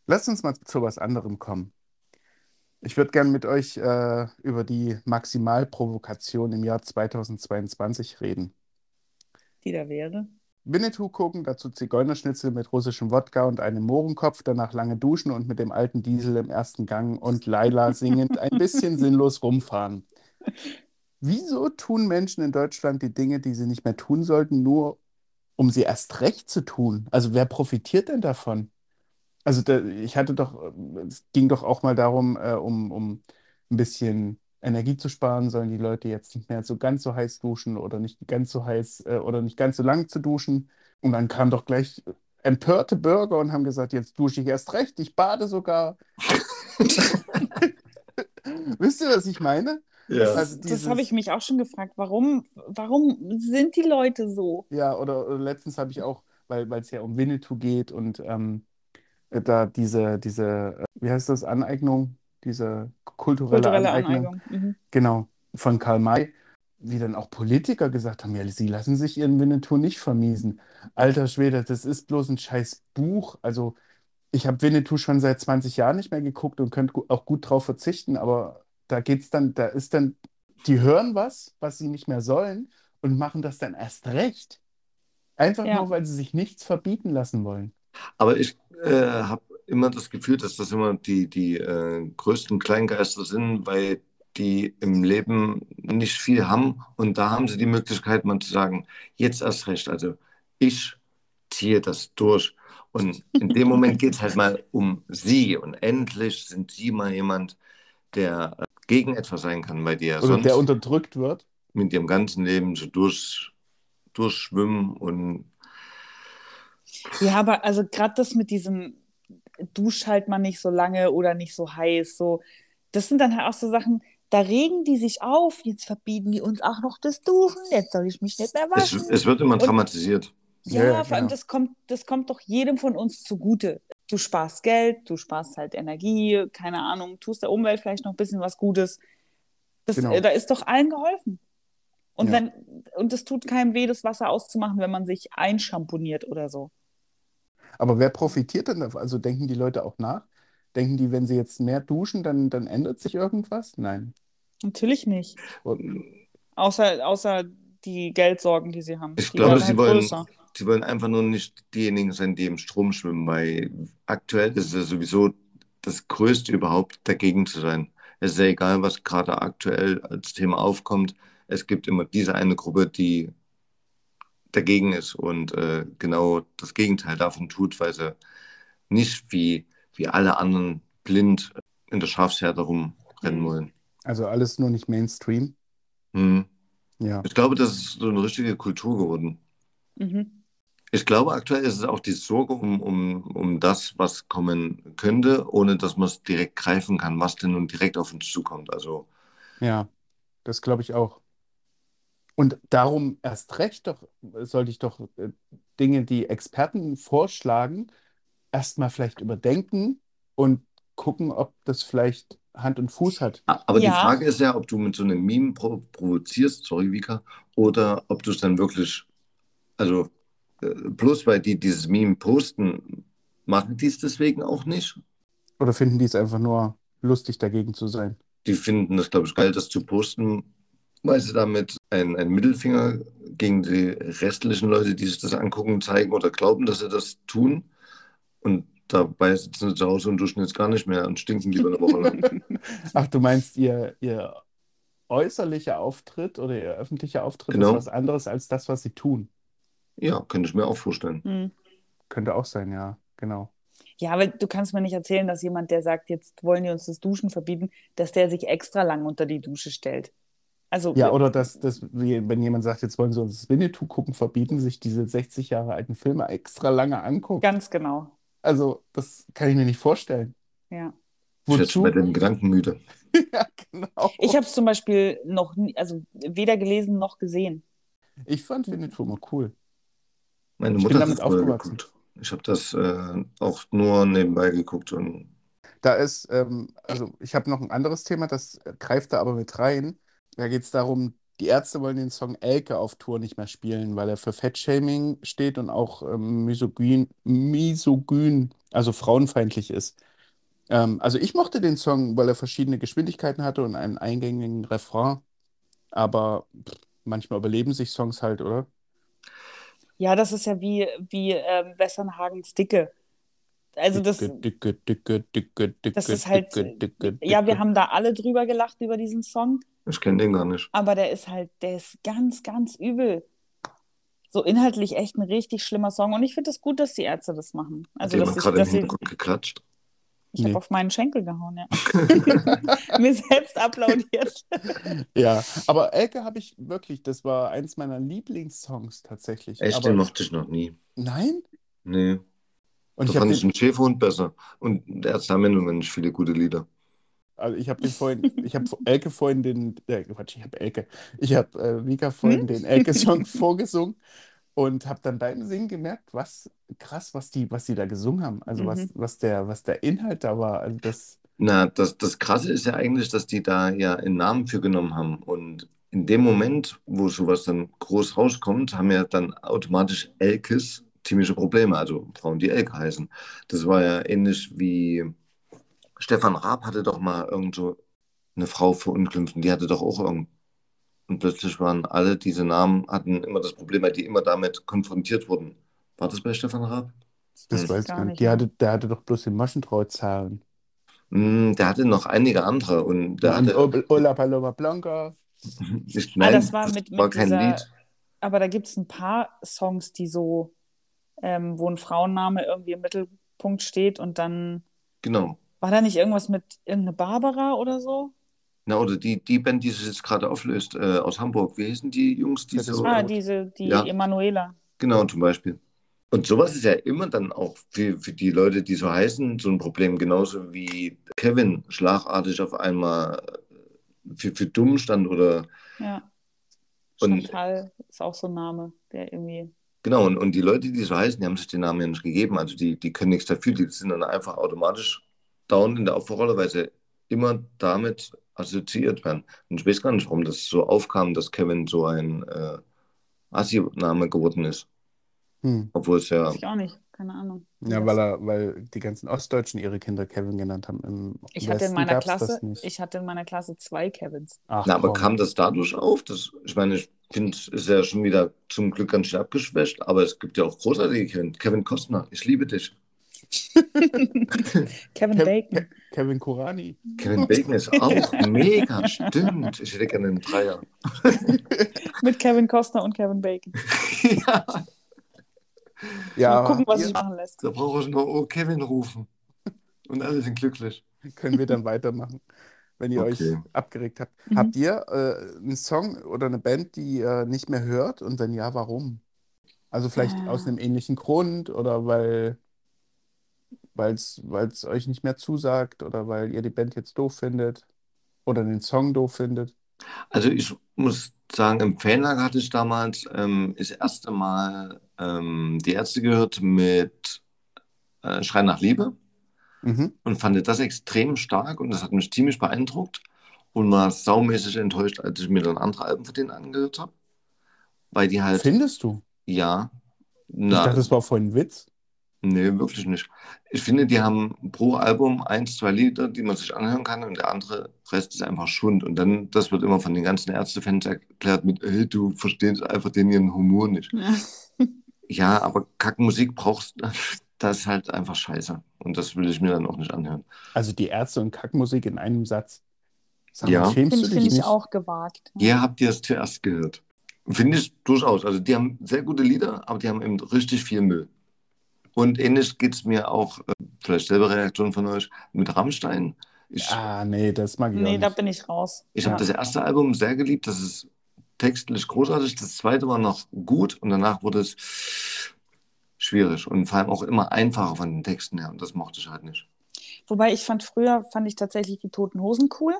Lasst uns mal zu was anderem kommen. Ich würde gern mit euch äh, über die Maximalprovokation im Jahr 2022 reden.
Die da wäre.
Winnetou-Kuchen, dazu Zigeunerschnitzel mit russischem Wodka und einem Mohrenkopf, danach lange duschen und mit dem alten Diesel im ersten Gang und Laila singend ein bisschen sinnlos rumfahren. Wieso tun Menschen in Deutschland die Dinge, die sie nicht mehr tun sollten, nur um sie erst recht zu tun? Also wer profitiert denn davon? Also da, ich hatte doch, ähm, es ging doch auch mal darum, äh, um, um ein bisschen Energie zu sparen, sollen die Leute jetzt nicht mehr so ganz so heiß duschen oder nicht ganz so heiß äh, oder nicht ganz so lang zu duschen. Und dann kamen doch gleich äh, empörte Bürger und haben gesagt, jetzt dusche ich erst recht, ich bade sogar. *laughs* Wisst ihr, was ich meine?
Ja.
Also
Das
dieses-
habe ich mich auch schon gefragt. Warum, warum sind die Leute so?
Ja, oder, oder letztens habe ich auch, weil weil es ja um Winnetou geht und ähm, da diese, diese, äh, wie heißt das, Aneignung, diese kulturelle,
Kulturelle
Aneignung,
Aneignung. Mhm.
genau, von Karl May, wie dann auch Politiker gesagt haben, ja, sie lassen sich ihren Winnetou nicht vermiesen. Alter Schwede, das ist bloß ein scheiß Buch. Also ich habe Winnetou schon seit 20 Jahren nicht mehr geguckt und könnte gu- auch gut drauf verzichten, aber da geht's dann, da ist dann, die hören was, was sie nicht mehr sollen und machen das dann erst recht. Einfach
Ja.
nur, weil sie sich nichts verbieten lassen wollen.
Aber ich äh, habe immer das Gefühl, dass das immer die, die äh, größten Kleingeister sind, weil die im Leben nicht viel haben. Und da haben sie die Möglichkeit, mal zu sagen, jetzt erst recht. Also ich ziehe das durch. Und in dem Moment geht es halt mal um sie. Und endlich sind sie mal jemand, der äh, gegen etwas sein kann, weil die ja
Oder der
sonst
unterdrückt wird.
mit ihrem ganzen Leben so durch durchschwimmen und
Ja, aber also gerade das mit diesem Dusch halt mal nicht so lange oder nicht so heiß, so, das sind dann halt auch so Sachen, da regen die sich auf, jetzt verbieten die uns auch noch das Duschen, jetzt soll ich mich nicht mehr
es,
waschen.
es wird immer
Und-
dramatisiert.
Ja,
Ja,
ja,
vor allem,
genau.
das kommt, das kommt doch jedem von uns zugute. Du sparst Geld, du sparst halt Energie, keine Ahnung, tust der Umwelt vielleicht noch ein bisschen was Gutes. Das,
Genau.
äh, Da ist doch allen geholfen. Und
Ja.
wenn, und es tut keinem weh, das Wasser auszumachen, wenn man sich einschamponiert oder so.
Aber wer profitiert denn davon? Also denken die Leute auch nach? Denken die, wenn sie jetzt mehr duschen, dann, dann ändert sich irgendwas? Nein.
Natürlich nicht.
Und-
Außer, außer die Geldsorgen, die sie haben.
Ich
die
glaube,
werden
sie
halt
wollen-
größer.
Sie wollen einfach nur nicht diejenigen sein, die im Strom schwimmen, weil aktuell ist es ja sowieso das Größte überhaupt, dagegen zu sein. Es ist ja egal, was gerade aktuell als Thema aufkommt. Es gibt immer diese eine Gruppe, die dagegen ist und äh, genau das Gegenteil davon tut, weil sie nicht wie, wie alle anderen blind in der Schafsherde rumrennen
Mhm.
wollen.
Also alles nur nicht Mainstream.
Hm.
Ja.
Ich glaube, das ist so eine richtige Kultur geworden.
Mhm.
Ich glaube, aktuell ist es auch die Sorge um, um, um das, was kommen könnte, ohne dass man es direkt greifen kann, was denn nun direkt auf uns zukommt. Also,
Ja, das glaube ich auch. Und darum erst recht doch, sollte ich doch äh, Dinge, die Experten vorschlagen, erstmal vielleicht überdenken und gucken, ob das vielleicht Hand und Fuß hat.
a- aber
Ja.
die Frage ist ja, ob du mit so einem Meme pro provozierst, sorry, Vika, oder ob du es dann wirklich, also äh, bloß weil die dieses Meme posten, machen die es deswegen auch nicht.
Oder finden die es einfach nur lustig, dagegen zu sein?
Die finden das, glaube ich, geil, das zu posten, weil sie damit einen, einen Mittelfinger gegen die restlichen Leute, die sich das angucken, zeigen oder glauben, dass sie das tun. Und dabei sitzen sie zu Hause und duschen jetzt gar nicht mehr und stinken lieber eine Woche lang.
*laughs* Ach, du meinst, ihr, ihr äußerlicher Auftritt oder ihr öffentlicher Auftritt
Genau.
ist was anderes als das, was sie tun.
Ja, könnte ich mir auch vorstellen.
Mhm.
Könnte auch sein, ja, genau.
Ja, aber du kannst mir nicht erzählen, dass jemand, der sagt, jetzt wollen die uns das Duschen verbieten, dass der sich extra lang unter die Dusche stellt. Also,
Ja, oder dass, dass, wir- wenn jemand sagt, jetzt wollen sie uns das Winnetou-Gucken verbieten, sich diese 60 Jahre alten Filme extra lange angucken.
ganz genau.
Also, das kann ich mir nicht vorstellen.
Ja.
Ich werde
Wozu?
mir den Gedanken müde.
*laughs* Ja, genau.
Ich habe es zum Beispiel noch nie, also weder gelesen noch gesehen.
Ich fand Winnetou immer cool.
Meine
Ich bin
Mutter hat
damit
das früher
aufgewachsen.
geguckt. Ich habe das äh, auch nur nebenbei geguckt und
Da ist, ähm, also ich habe noch ein anderes Thema, das äh, greift da aber mit rein. Da geht es darum, die Ärzte wollen den Song Elke auf Tour nicht mehr spielen, weil er für Fettshaming steht und auch ähm, misogyn, misogyn, also frauenfeindlich ist. Ähm, also ich mochte den Song, weil er verschiedene Geschwindigkeiten hatte und einen eingängigen Refrain. Aber pff, manchmal überleben sich Songs halt, oder?
Ja, das ist ja wie, wie ähm, Wessernhagens Dicke. Also das,
Dicke, dicke, dicke, dicke, dicke,
das ist halt-
dicke, dicke,
ja, wir
dicke.
haben da alle drüber gelacht über diesen Song,
ich kenne den gar nicht.
aber der ist halt, der ist ganz, ganz übel. So inhaltlich echt ein richtig schlimmer Song. Und ich finde es gut, dass die Ärzte das machen.
Hat
Also, dass,
jemand
ich,
gerade im
dass sie
Hintergrund geklatscht?
Ich habe
Nee.
auf meinen Schenkel gehauen, ja. *laughs* Mir selbst applaudiert.
Ja, aber Elke habe ich wirklich, das war eins meiner Lieblingssongs tatsächlich.
Echt, den
aber
mochte ich noch nie.
nein?
Nee.
Und ich
da
habe
fand ich
den,
den Schäferhund besser. Und der Ärzte haben ja nun mal nicht viele gute Lieder.
also ich habe den vorhin, ich habe Elke vorhin den, äh, Quatsch, ich habe Elke, ich habe äh, Vika vorhin den *laughs* Elke-Song vorgesungen und habe dann beim Singen gemerkt, was krass, was die, was die da gesungen haben. Also was,
Mhm.
was der, was der Inhalt da war. Also das,
Na, das, das Krasse ist ja eigentlich, dass die da ja einen Namen für genommen haben. Und in dem Moment, wo sowas dann groß rauskommt, haben ja dann automatisch Elkes ziemliche Probleme. Also Frauen, die Elke heißen. Das war ja ähnlich wie Stefan Raab hatte doch mal irgend so eine Frau verunglimpft und die hatte doch auch irgend. Und plötzlich waren alle diese Namen, hatten immer das Problem, weil die immer damit konfrontiert wurden. War das bei Stefan Raab?
das
Hm.
weiß ich
Gar
gar nicht.
nicht,
Die
ja.
hatte, der hatte doch bloß den Maschendrahtzaun.
Mm, Der hatte noch einige andere und der
Und
hatte.
Ola Ola Hm. Paloma Blanca.
Ich,
Ah,
nein,
das war mit- mit
war kein
dieser-
Lied.
Aber da gibt es ein paar Songs, die so, ähm, wo ein Frauenname irgendwie im Mittelpunkt steht und dann
Genau.
war da nicht irgendwas mit irgendeine Barbara oder so?
Na, oder die, die Band, die sich jetzt gerade auflöst, äh, aus Hamburg. Wie hießen die Jungs, die
Das ist
so.
Ah, diese, die
Oh, Ja.
Emanuela.
Genau, zum Beispiel. Und sowas ist ja immer dann auch für, für die Leute, die so heißen, so ein Problem. Genauso wie Kevin schlagartig auf einmal äh, für, für dumm stand oder.
Ja.
Und-
Chantal ist auch so ein Name, der irgendwie.
Genau, und, und die Leute, die so heißen, die haben sich den Namen ja nicht gegeben. Also die, die können nichts dafür. Die sind dann einfach automatisch dauernd in der Opferrolle, weil sie immer damit assoziiert werden. Und ich weiß gar nicht, warum das so aufkam, dass Kevin so ein äh, Assi-Name geworden ist.
Hm.
Obwohl es ja.
Weiß ich auch nicht. Keine Ahnung.
Ja, weil, er, weil die ganzen Ostdeutschen ihre Kinder Kevin genannt haben. Im
Ich hatte in
Westen
meiner
gab's
Klasse,
das nicht.
ich hatte in meiner Klasse zwei Kevins.
Ach,
Na, aber
komm.
kam das dadurch auf? Das, ich meine, ich finde, es ist ja schon wieder zum Glück ganz schön abgeschwächt, aber es gibt ja auch großartige Kevin. Kevin Costner, ich liebe dich.
Kevin
Kev-
Bacon.
Kevin Kurani.
Kevin Bacon ist auch mega, stimmt. Ich hätte gerne einen Dreier.
*laughs* Mit Kevin Costner und Kevin Bacon.
ja,
Ja,
Mal gucken, was
ihr-
sich machen lässt.
da brauche ich nur Oh Kevin rufen. *laughs* Und alle sind glücklich.
können wir dann weitermachen, wenn ihr euch
Okay.
abgeregt habt.
Mhm.
Habt ihr äh, einen Song oder eine Band, die ihr nicht mehr hört? Und wenn ja, warum? Also vielleicht
Ah.
aus einem ähnlichen Grund oder weil weil's, weil's euch nicht mehr zusagt oder weil ihr die Band jetzt doof findet oder den Song doof findet.
Also ich muss sagen, im Fanlager hatte ich damals ähm, das erste Mal ähm, die Ärzte gehört mit äh, Schrei nach Liebe.
Mhm.
und fand das extrem stark und das hat mich ziemlich beeindruckt und war saumäßig enttäuscht, als ich mir dann andere Alben von denen angehört habe. Weil die halt,
Findest du?
ja,
Ich
na,
dachte, das war vorhin ein Witz.
nee, wirklich nicht. Ich finde, die haben pro Album eins, zwei Lieder, die man sich anhören kann und der andere Rest ist einfach Schund. Und dann, das wird immer von den ganzen Ärztefans erklärt mit, hey, du verstehst einfach den ihren Humor nicht.
*laughs* Ja.
Ja, aber Kackmusik brauchst, *laughs* das ist halt einfach scheiße. Und das will ich mir dann auch nicht anhören.
Also die Ärzte und Kackmusik in einem Satz. Sag mal,
Ja.
schämst
Finde
du dich
find ich
nicht?
auch gewagt.
Hier habt ihr es zuerst gehört. Finde ich durchaus. Also die haben sehr gute Lieder, aber die haben eben richtig viel Müll. Und ähnlich geht es mir auch, äh, vielleicht selber Reaktion von euch, mit Rammstein. Ich,
Ah, nee, das mag ich auch
Nee,
nicht.
da bin ich raus.
ich habe
Ja.
das erste Album sehr geliebt, das ist textlich großartig. Das zweite war noch gut und danach wurde es schwierig und vor allem auch immer einfacher von den Texten her. Und das mochte ich halt nicht.
Wobei ich fand früher, fand ich tatsächlich die Toten Hosen cool,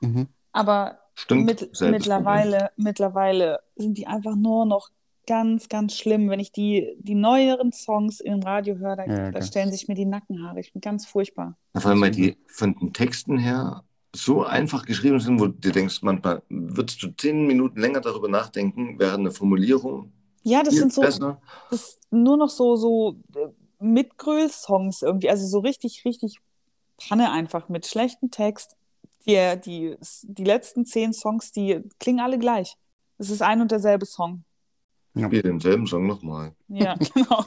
Mhm.
aber
Stimmt,
mit,
selbes
mittlerweile, mittlerweile sind die einfach nur noch ganz, ganz schlimm. Wenn ich die, die neueren Songs im Radio höre, da,
Ja,
da
okay.
stellen sich mir die Nackenhaare. Ich bin ganz furchtbar.
Problem. Vor allem, weil die von den Texten her so einfach geschrieben sind, wo du denkst, manchmal würdest du zehn Minuten länger darüber nachdenken, wäre eine Formulierung
Ja, das
viel
sind so
besser.
das sind nur noch so, so äh, Mitgröl-Songs irgendwie. Also so richtig, richtig Panne einfach mit schlechtem Text. Die, die, die letzten zehn Songs, die klingen alle gleich. Es ist ein und derselbe Song.
Spiel denselben Song nochmal.
*laughs*
Ja, genau.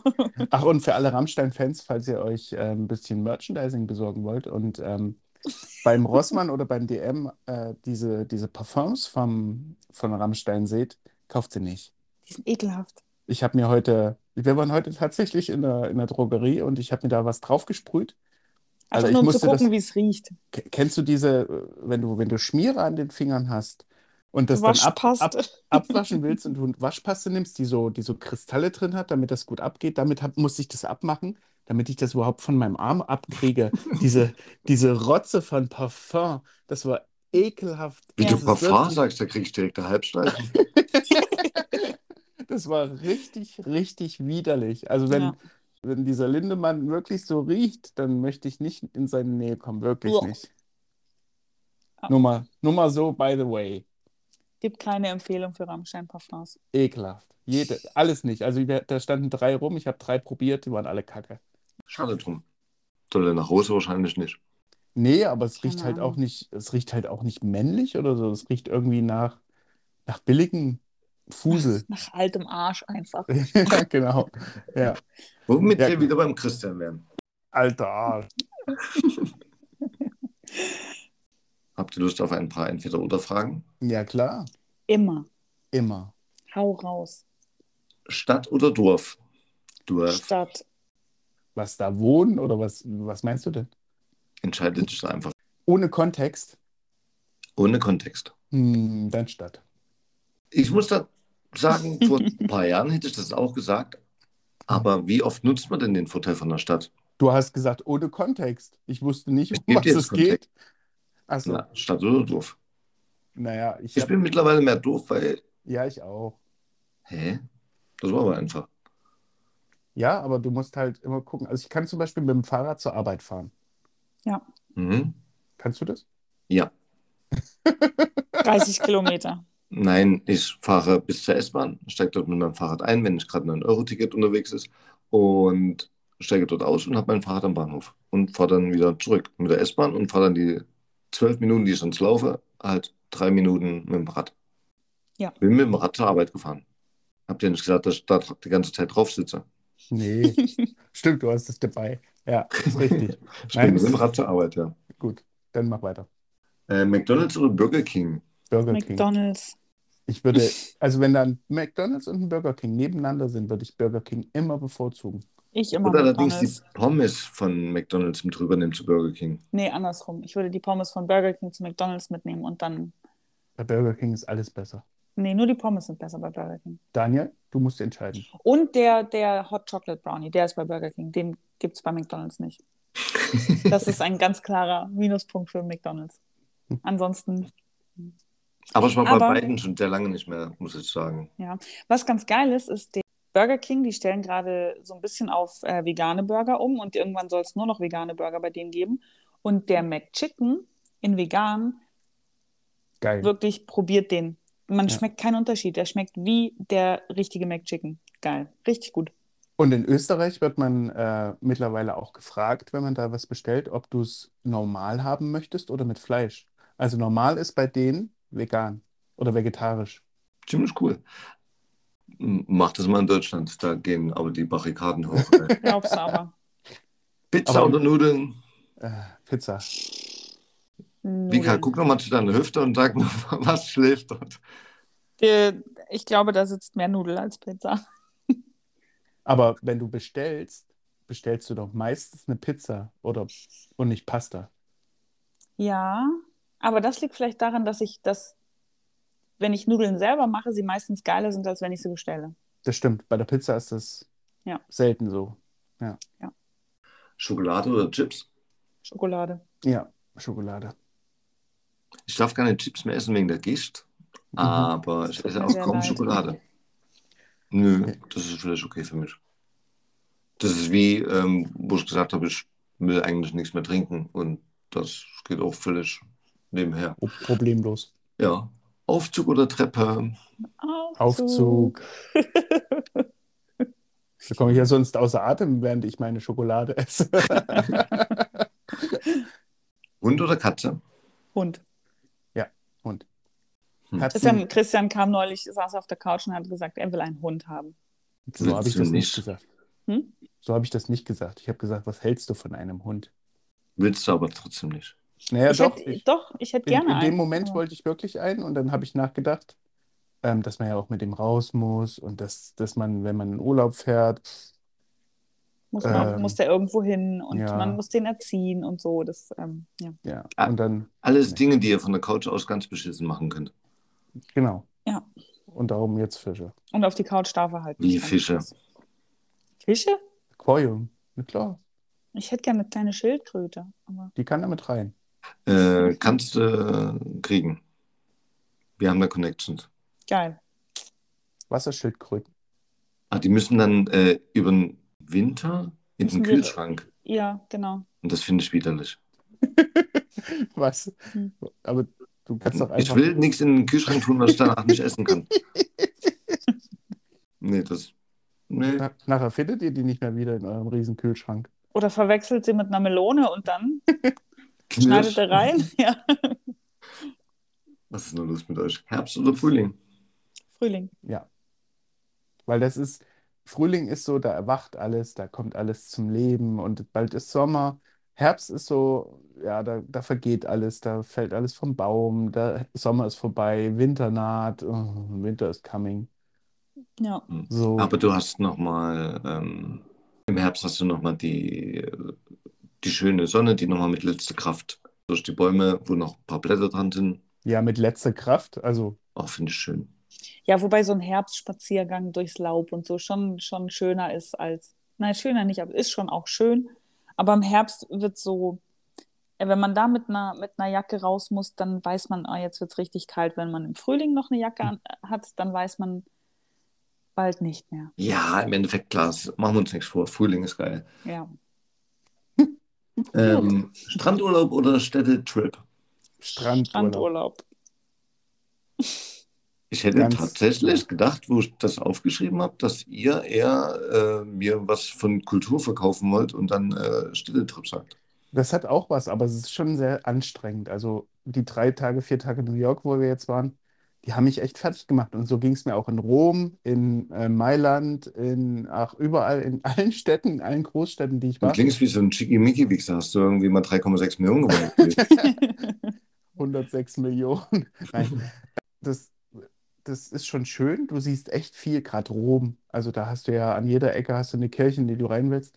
Ach, und für alle Rammstein-Fans, falls ihr euch äh, ein bisschen Merchandising besorgen wollt und ähm, beim Rossmann oder beim DM äh, diese, diese Parfums vom, von Rammstein seht, kauft sie nicht.
Die sind ekelhaft.
Ich habe mir heute, wir waren heute tatsächlich in der, in der Drogerie und ich habe mir da was draufgesprüht. Also
Einfach
ich
nur um zu
musste das-
gucken, wie es riecht.
K kennst du diese, äh, wenn du, wenn du Schmiere an den Fingern hast und das dann ab,
Waschpaste.
ab, abwaschen willst und du Waschpaste nimmst, die so, die so Kristalle drin hat, damit das gut abgeht, damit hab, muss ich das abmachen, damit ich das überhaupt von meinem Arm abkriege.
*laughs*
diese, diese Rotze von Parfum, das war ekelhaft.
Wie
Ja.
du
das, ist *laughs*
Parfum
wirklich,
sagst, da kriegst du direkt eine Halbsteifen.
das war richtig, richtig widerlich. Also wenn,
Ja.
wenn dieser Lindemann wirklich so riecht, dann möchte ich nicht in seine Nähe kommen, wirklich
Uah.
nicht.
Ah.
Nur mal, nur mal so, by the way.
*laughs* Gibt keine Empfehlung für Rammstein-Parfums.
Ekelhaft. Jede, alles nicht. Also wir, da standen drei rum, ich habe drei probiert, die waren alle kacke.
Schade drum. Tolle nach Hose wahrscheinlich nicht.
Nee, aber es
Keine
riecht halt
Ahnung.
auch nicht, es riecht halt auch nicht männlich oder so. Es riecht irgendwie nach, nach billigem Fusel.
Nach altem Arsch einfach.
*laughs* ja, genau. Ja.
Womit
Ja.
wir wieder beim Christian wären.
Alter Arsch.
Habt ihr Lust auf ein paar Entweder-Oder-Fragen?
Ja, klar.
Immer.
Immer.
Hau raus.
Stadt oder Dorf? Dorf.
Stadt.
Was da wohnen oder was, was meinst du denn?
Entscheidet sich einfach.
Ohne Kontext.
ohne Kontext.
Hm, dann statt.
Ich muss da sagen, vor ein paar Jahren hätte ich das auch gesagt, aber wie oft nutzt man denn den Vorteil von der Stadt?
Du hast gesagt, ohne Kontext. Ich wusste nicht, um
Ich geb
was
dir jetzt
es geht.
Kontext.
Achso,
Na, Stadt oder Dorf?
naja, ich,
Ich
hab,
bin mittlerweile mehr doof, weil,
ja, ich auch.
hä? Das war aber einfach.
Ja, aber du musst halt immer gucken. Also ich kann zum Beispiel mit dem Fahrrad zur Arbeit fahren.
Mhm.
Kannst du das?
Ja,
30 Kilometer.
nein, ich fahre bis zur S-Bahn, steige dort mit meinem Fahrrad ein, wenn ich gerade ein 9-Euro-Ticket unterwegs ist und steige dort aus und habe mein Fahrrad am Bahnhof und fahre dann wieder zurück mit der S-Bahn und fahre dann die zwölf Minuten, die ich sonst laufe, halt drei Minuten mit dem Rad.
Ja.
Bin mit dem Rad zur Arbeit gefahren. Habt ihr nicht gesagt, dass ich da die ganze Zeit drauf sitze?
Nee. Stimmt, du hast es dabei. Ja, ist richtig.
Ich
Nein.
bin mit dem Rad zur Arbeit, ja.
Gut, dann mach weiter.
Äh, McDonald's oder Burger King?
Burger King.
McDonalds.
Ich würde, also wenn da ein McDonald's und ein Burger King nebeneinander sind, würde ich Burger King immer bevorzugen.
Ich immer
Oder allerdings die
McDonalds.
Pommes von McDonald's mit rübernehmen zu Burger King.
Nee, andersrum. Ich würde die Pommes von Burger King zu McDonalds mitnehmen und dann.
Bei Burger King ist alles besser.
Nee, nur die Pommes sind besser bei Burger King.
Daniel, du musst entscheiden.
Und der, der Hot Chocolate Brownie, der ist bei Burger King. Den gibt es bei McDonalds nicht. Das ist ein ganz klarer Minuspunkt für McDonalds. Ansonsten,
Aber ich war
Aber-
bei beiden schon sehr lange nicht mehr, muss ich sagen.
was ganz geil ist, ist der Burger King, die stellen gerade so ein bisschen auf äh, vegane Burger um und irgendwann soll es nur noch vegane Burger bei denen geben. Und der McChicken in vegan,
Geil.
wirklich probiert den. Man
Ja.
schmeckt keinen Unterschied. Der schmeckt wie der richtige McChicken. Geil. Richtig gut.
Und in Österreich wird man äh, mittlerweile auch gefragt, wenn man da was bestellt, ob du es normal haben möchtest oder mit Fleisch. Also normal ist bei denen vegan oder vegetarisch.
Ziemlich cool. M- Macht das mal in Deutschland, da gehen aber die Barrikaden hoch. ey.
Glaubst du
*laughs*
*laughs* aber.
Pizza
Aber-
oder Nudeln?
Äh, Pizza.
Vika,
Nudeln.
guck noch mal zu deiner Hüfte und sag mal, *laughs* was schläft dort?
Der- Ich glaube, da sitzt mehr Nudel als Pizza.
Aber wenn du bestellst, bestellst du doch meistens eine Pizza oder und nicht Pasta.
Ja, aber das liegt vielleicht daran, dass ich das, wenn ich Nudeln selber mache, sie meistens geiler sind, als wenn ich sie bestelle.
Das stimmt. Bei der Pizza ist das
Ja.
selten so.
Schokolade oder Chips?
Schokolade.
Ja, Schokolade.
Ich darf keine Chips mehr essen wegen der Gischt,
Mhm.
aber ich
tut
esse
mir
auch
sehr
kaum
leid.
Schokolade. Nö, das ist vielleicht okay für mich. Das ist wie, ähm, wo ich gesagt habe, ich will eigentlich nichts mehr trinken und das geht auch völlig nebenher.
Pro- Problemlos.
Ja. Aufzug oder Treppe?
Aufzug. Da komme ich ja sonst außer Atem, während ich meine Schokolade
*laughs*
esse.
Hund oder Katze?
Hm.
Hund.
Katzen,
Christian, Christian kam neulich, saß auf der Couch und hat gesagt, er will einen Hund haben.
so habe ich das nicht
Nicht.
gesagt.
Hm?
So habe ich das nicht gesagt. Ich habe gesagt, was hältst du von einem Hund?
Willst du aber trotzdem nicht.
Naja,
ich
doch.
hätte,
ich,
doch, ich hätte
in,
gerne
in
einen.
dem Moment
aber-
wollte ich wirklich einen und dann habe ich nachgedacht, ähm, dass man ja auch mit dem raus muss und dass, dass man, wenn man in Urlaub fährt,
muss, man,
ähm,
muss der irgendwo hin und
ja.
man muss den erziehen und so. Das, ähm, ja.
ja,
Ah.
und dann,
Alles
Nee.
Dinge, die ihr von der Couch aus ganz beschissen machen könnt.
genau.
Ja.
Und darum jetzt Fische.
Und auf die Couch darf er halt
Wie
nicht.
Fische.
Fische?
Aquarium, na klar,
Ich hätte gerne eine kleine Schildkröte. Aber
die kann damit rein.
Äh, kannst du äh, kriegen. Wir haben da Connections.
geil.
Wasserschildkröten. *laughs*
Ah, die müssen dann äh, über den Winter in
Müssen
den
wir-
Kühlschrank.
Ja, genau.
Und das finde ich widerlich.
Was?
Hm.
Aber du kannst doch
Ich
einfach.
will nichts in den Kühlschrank tun, was ich danach nicht
*laughs*
essen kann. Nee, das. Nee.
Na- Nachher findet ihr die nicht mehr wieder in eurem riesen Kühlschrank.
Oder verwechselt sie mit einer Melone und dann schneidet
Knirsch.
er rein. *laughs* Ja.
Was ist denn los mit euch? Herbst oder Frühling?
Frühling.
Ja. Weil das ist, Frühling ist so, da erwacht alles, da kommt alles zum Leben und bald ist Sommer. Herbst ist so, ja, da, da vergeht alles, da fällt alles vom Baum, da Sommer ist vorbei, Winter naht, oh, Winter is coming.
Ja.
So,
Aber du hast nochmal, ähm, im Herbst hast du nochmal die, äh, die schöne Sonne, die nochmal mit letzter Kraft durch die Bäume, wo noch ein paar Blätter dran sind,
Ja, mit letzter Kraft. Also,
Oh, finde ich schön.
Ja, wobei so ein Herbstspaziergang durchs Laub und so schon, schon schöner ist als. Nein, schöner nicht, aber ist schon auch schön. Aber im Herbst wird so, ja, wenn man da mit einer, mit einer Jacke raus muss, dann weiß man, oh, jetzt wird es richtig kalt. Wenn man im Frühling noch eine Jacke an, äh, hat, dann weiß man bald nicht mehr.
Ja, im Endeffekt, klar, das machen wir uns nichts vor. Frühling ist geil.
Ja.
Ähm, Strandurlaub oder Städtetrip?
Strandurlaub.
Strandurlaub.
Ich hätte
Ganz-
tatsächlich gedacht, wo ich das aufgeschrieben habe, dass ihr eher äh, mir was von Kultur verkaufen wollt und dann äh, Städtetrip sagt.
Das hat auch was, aber es ist schon sehr anstrengend. Also, die drei Tage, vier Tage New York, wo wir jetzt waren, die haben mich echt fertig gemacht. Und so ging es mir auch in Rom, in äh, Mailand, in, ach, überall, in allen Städten, in allen Großstädten, die ich
Du
war.
klingst wie so ein Schickimicki-Wichser. Hast du irgendwie mal 3,6 Millionen gewonnen?
106 Millionen. *laughs* Nein, das, das ist schon schön. Du siehst echt viel, gerade Rom. Also da hast du ja an jeder Ecke hast du eine Kirche, in die du rein willst.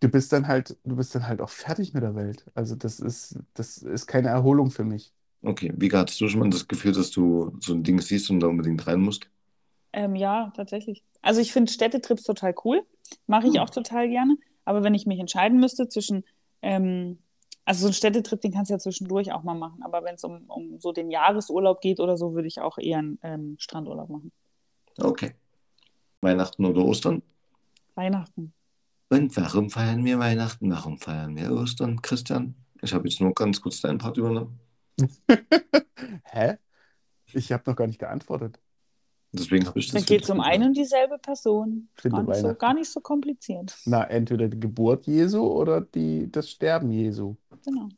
Du bist dann halt, du bist dann halt auch fertig mit der Welt. Also das ist, das ist keine Erholung für mich.
Okay, wie hattest du schon mal das Gefühl, dass du so ein Ding siehst und da unbedingt rein musst?
Ähm, ja, tatsächlich. Also ich finde Städtetrips total cool. Mache
Hm.
ich auch total gerne. Aber wenn ich mich entscheiden müsste zwischen, ähm, also so einen Städtetrip, den kannst du ja zwischendurch auch mal machen. Aber wenn es um, um so den Jahresurlaub geht oder so, würde ich auch eher einen ähm, Strandurlaub machen.
Okay. Weihnachten oder Ostern?
Weihnachten.
Und warum feiern wir Weihnachten? Warum feiern wir Ostern, Christian? Ich habe jetzt nur ganz kurz deinen Part übernommen.
Hä? Ich habe noch gar nicht geantwortet.
Deswegen habe ich das.
Dann geht es um eine und dieselbe Person.
Finde
Gar nicht, so,
Weihnachten.
gar nicht so kompliziert.
Na, entweder die Geburt Jesu oder die, das Sterben Jesu.
Genau.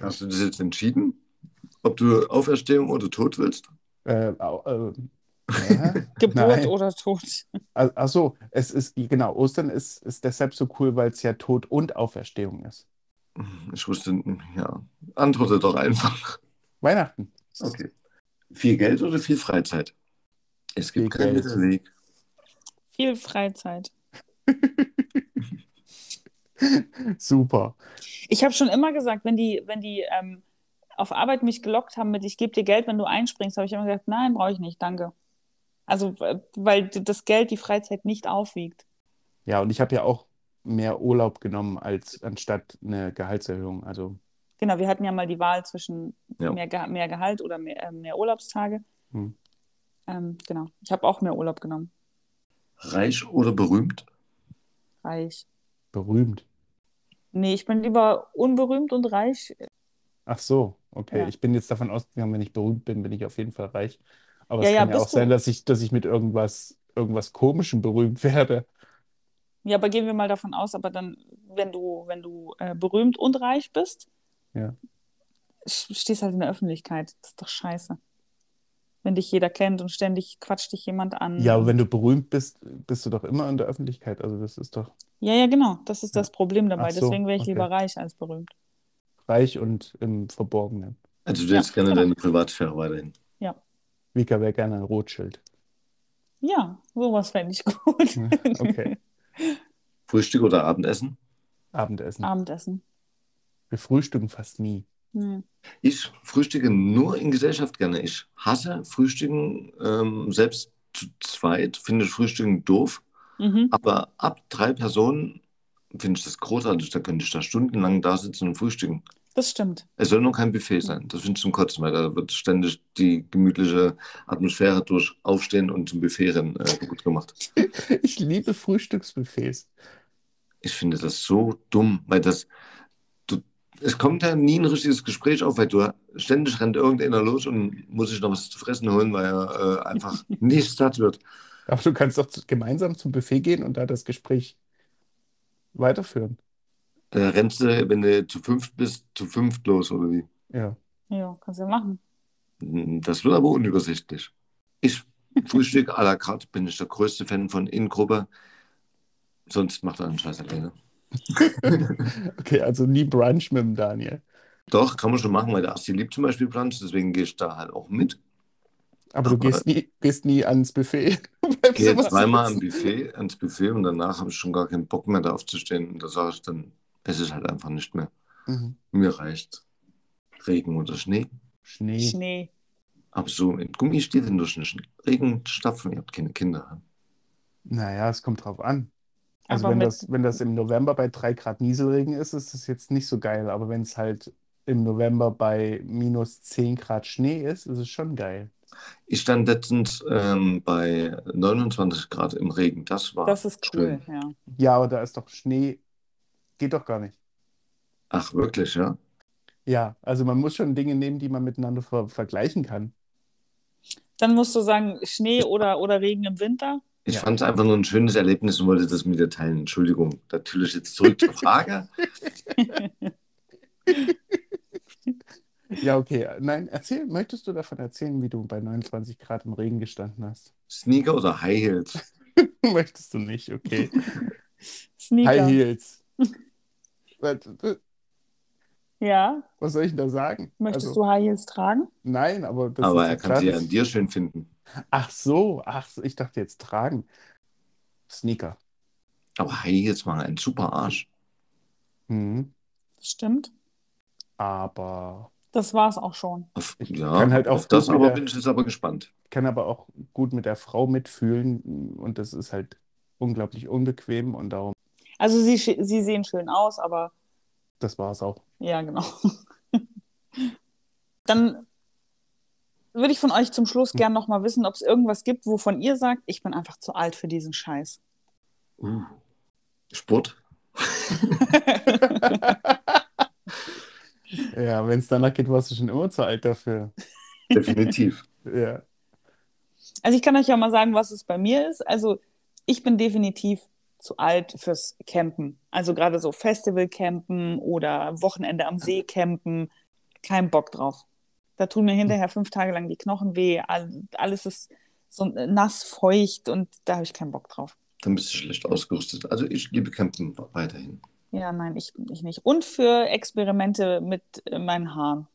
Hast du das jetzt entschieden? Ob du Auferstehung oder Tod willst?
Äh, au- äh, hä?
Geburt
Nein.
oder Tod. *laughs*
Ach ach so, es ist, genau, Ostern ist, ist deshalb so cool, weil es ja Tod und Auferstehung ist.
Ich wusste, ja. Antworte doch einfach.
Weihnachten.
Okay. Viel Geld oder viel Freizeit? Es gibt
Viel
keinen
Geld.
Mittelweg.
Viel Freizeit.
Super.
Ich habe schon immer gesagt, wenn die, wenn die ähm, auf Arbeit mich gelockt haben mit, ich gebe dir Geld, wenn du einspringst, habe ich immer gesagt, nein, brauche ich nicht, danke. Also, äh, weil d- das Geld die Freizeit nicht aufwiegt.
Ja, und ich habe ja auch mehr Urlaub genommen als anstatt eine Gehaltserhöhung. Also,
Genau, wir hatten ja mal die Wahl zwischen
Ja.
mehr, Ge mehr Gehalt oder mehr, äh, mehr Urlaubstage.
Hm.
Ähm, genau, ich habe auch mehr Urlaub genommen.
Reich oder berühmt?
Reich.
berühmt.
Nee, ich bin lieber unberühmt und reich.
Ach so, okay.
Ja.
Ich bin jetzt davon ausgegangen, wenn ich berühmt bin, bin ich auf jeden Fall reich. Aber
Ja,
es
ja,
kann ja
bist
auch sein,
du.
dass ich, dass ich mit irgendwas, irgendwas Komischem berühmt werde.
Ja, aber gehen wir mal davon aus, aber dann, wenn du, wenn du äh, berühmt und reich bist,
Ja.
sch- stehst halt in der Öffentlichkeit. Das ist doch scheiße. Wenn dich jeder kennt und ständig quatscht dich jemand an.
Ja, aber wenn du berühmt bist, bist du doch immer in der Öffentlichkeit. Also, das ist doch
ja, ja, genau. Das ist das Problem dabei.
Ach so,
Deswegen wäre ich
okay.
lieber reich als berühmt.
reich und im Verborgenen.
Also du willst gerne deine Privatsphäre weiterhin.
Vika wäre gerne ein Rothschild.
Ja, sowas fände ich gut.
Ja, okay.
Frühstück oder Abendessen?
Abendessen.
*laughs* Ah. Abendessen.
Wir frühstücken fast nie. *laughs*
Hm.
Ich frühstücke nur in Gesellschaft gerne. Ich hasse Frühstücken ähm, selbst zu zweit, finde ich Frühstücken doof.
Mhm.
Aber ab drei Personen finde ich das großartig. Da könnte ich da stundenlang da sitzen und frühstücken.
Das stimmt.
Es soll nur kein Buffet sein. Das finde ich zum Kotzen, weil da wird ständig die gemütliche Atmosphäre durch Aufstehen und zum Buffet rennen äh, gut gemacht.
Ich liebe Frühstücksbuffets.
Ich finde das so dumm, weil das, du, es kommt ja nie ein richtiges Gespräch auf, weil du ständig rennt irgendeiner los und muss sich noch was zu fressen holen, weil er äh, einfach nicht satt wird.
Aber du kannst doch zu, gemeinsam zum Buffet gehen und da das Gespräch weiterführen.
Da rennst du, wenn du zu fünft bist, zu fünft los oder wie.
Ja.
Ja, kannst du ja machen.
Das wird aber unübersichtlich. Ich Frühstück à la carte bin ich der größte Fan von In-Gruppe. Sonst macht er einen Scheiß alleine.
Okay, also nie Brunch mit dem Daniel.
Doch, kann man schon machen, weil der Asti liebt zum Beispiel Brunch, deswegen gehe ich da halt auch mit.
Aber du
Aber-
gehst nie, gehst nie ans Buffet. *laughs* Du bleibst
Gehe
immer
äh, zweimal am
sitzen.
Buffet, ans Buffet und danach habe ich schon gar keinen Bock mehr da aufzustehen. Und da sage ich dann, es ist halt einfach nicht mehr.
Mhm.
Mir reicht Regen oder Schnee.
Schnee.
Schnee.
Aber so in Gummistiefeln durch den Regen stapfen, ihr habt keine Kinder.
Naja, es kommt drauf an. Also
Aber
wenn
mit-
das, wenn das im November bei 3 Grad Nieselregen ist, ist es jetzt nicht so geil. Aber wenn es halt im November bei minus 10 Grad Schnee ist, ist es schon geil.
Ich stand letztens ähm, bei 29 Grad im Regen. Das war.
Das ist cool,
Schön.
ja.
Ja, aber da ist doch Schnee, geht doch gar nicht.
Ach, wirklich, ja?
Ja, also man muss schon Dinge nehmen, die man miteinander ver vergleichen kann.
Dann musst du sagen, Schnee oder, oder Regen im Winter.
Ich
Ja.
fand es einfach nur ein schönes Erlebnis und wollte das mit dir teilen. Entschuldigung, natürlich jetzt zurück zur Frage.
Ja, okay. Nein, erzähl, möchtest du davon erzählen, wie du bei 29 Grad im Regen gestanden hast? *laughs*
Sneaker oder High Heels?
Möchtest du nicht, okay. High
Sneaker.
Heels. *laughs* Was,
Ja,
was soll ich denn da sagen?
möchtest
also,
du High Heels tragen?
Nein, aber das
Aber
ist
er
ja
kann
klar,
sie ja
dass-
an dir schön finden.
Ach so, ach, so, ich dachte jetzt tragen. Sneaker.
Aber High Heels machen einen super Arsch.
Mhm.
Stimmt.
Aber
Das war's auch schon.
Auf,
Ich
ja,
kann halt auch
auf das
gut mit
aber
der-
bin ich jetzt aber gespannt.
kann aber auch gut mit der Frau mitfühlen und das ist halt unglaublich unbequem und darum,
Also sie, sch- sie sehen schön aus, aber
das war es
*laughs*
auch.
ja, genau. Dann würde ich von euch zum Schluss gern nochmal wissen, ob es irgendwas gibt, wovon ihr sagt, ich bin einfach zu alt für diesen Scheiß.
Uh.
*laughs*
Sport?
Ja, wenn es danach geht, warst du schon immer zu alt dafür.
Definitiv.
Ja.
Also ich kann euch ja mal sagen, was es bei mir ist. Also ich bin definitiv zu alt fürs Campen. Also gerade so Festivalcampen oder Wochenende am See campen. Kein Bock drauf. Da tun mir
Hm.
hinterher fünf Tage lang die Knochen weh. All- Alles ist so nass, feucht und da habe ich keinen Bock drauf.
Dann bist du schlecht ausgerüstet. Also ich liebe Campen weiterhin.
Ja, nein, ich, ich nicht. Und für Experimente mit äh, meinen Haaren.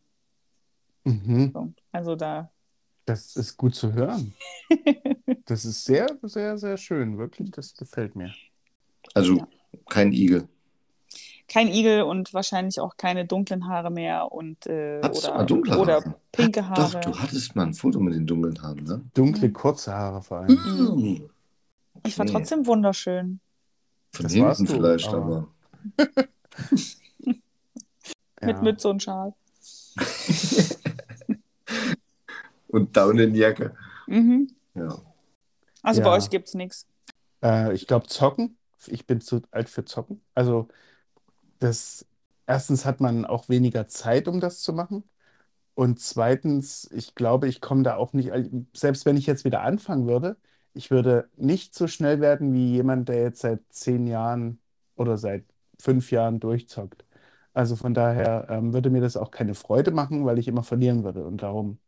Mhm.
So. Also da
Das ist gut zu
*laughs*
hören. Das ist sehr, sehr, sehr schön. Wirklich, das gefällt mir.
Also
Ja.
kein Igel.
kein Igel und wahrscheinlich auch keine dunklen Haare mehr und äh,
Hattest du
oder,
mal ah, dunkle Haare?
oder pinke Haare.
Doch, du hattest mal ein Foto mit den dunklen Haaren, ne?
Mhm.
Dunkle, kurze Haare vor allem.
Mhm.
Ich war
Nee.
trotzdem wunderschön.
Von
Das warst
hinten
du,
vielleicht,
aber-
aber.
Ja.
Mit Mütze und Schal.
Und Daunenjacke.
Mhm.
Ja.
Also
Ja.
bei euch gibt's nichts.
Äh, ich glaube, zocken. Ich bin zu alt für zocken. Also, das, erstens hat man auch weniger Zeit, um das zu machen. Und zweitens, ich glaube, ich komme da auch nicht, selbst wenn ich jetzt wieder anfangen würde, ich würde nicht so schnell werden wie jemand, der jetzt seit zehn Jahren oder seit fünf Jahren durchzockt. Also von daher ähm, würde mir das auch keine Freude machen, weil ich immer verlieren würde. Und darum,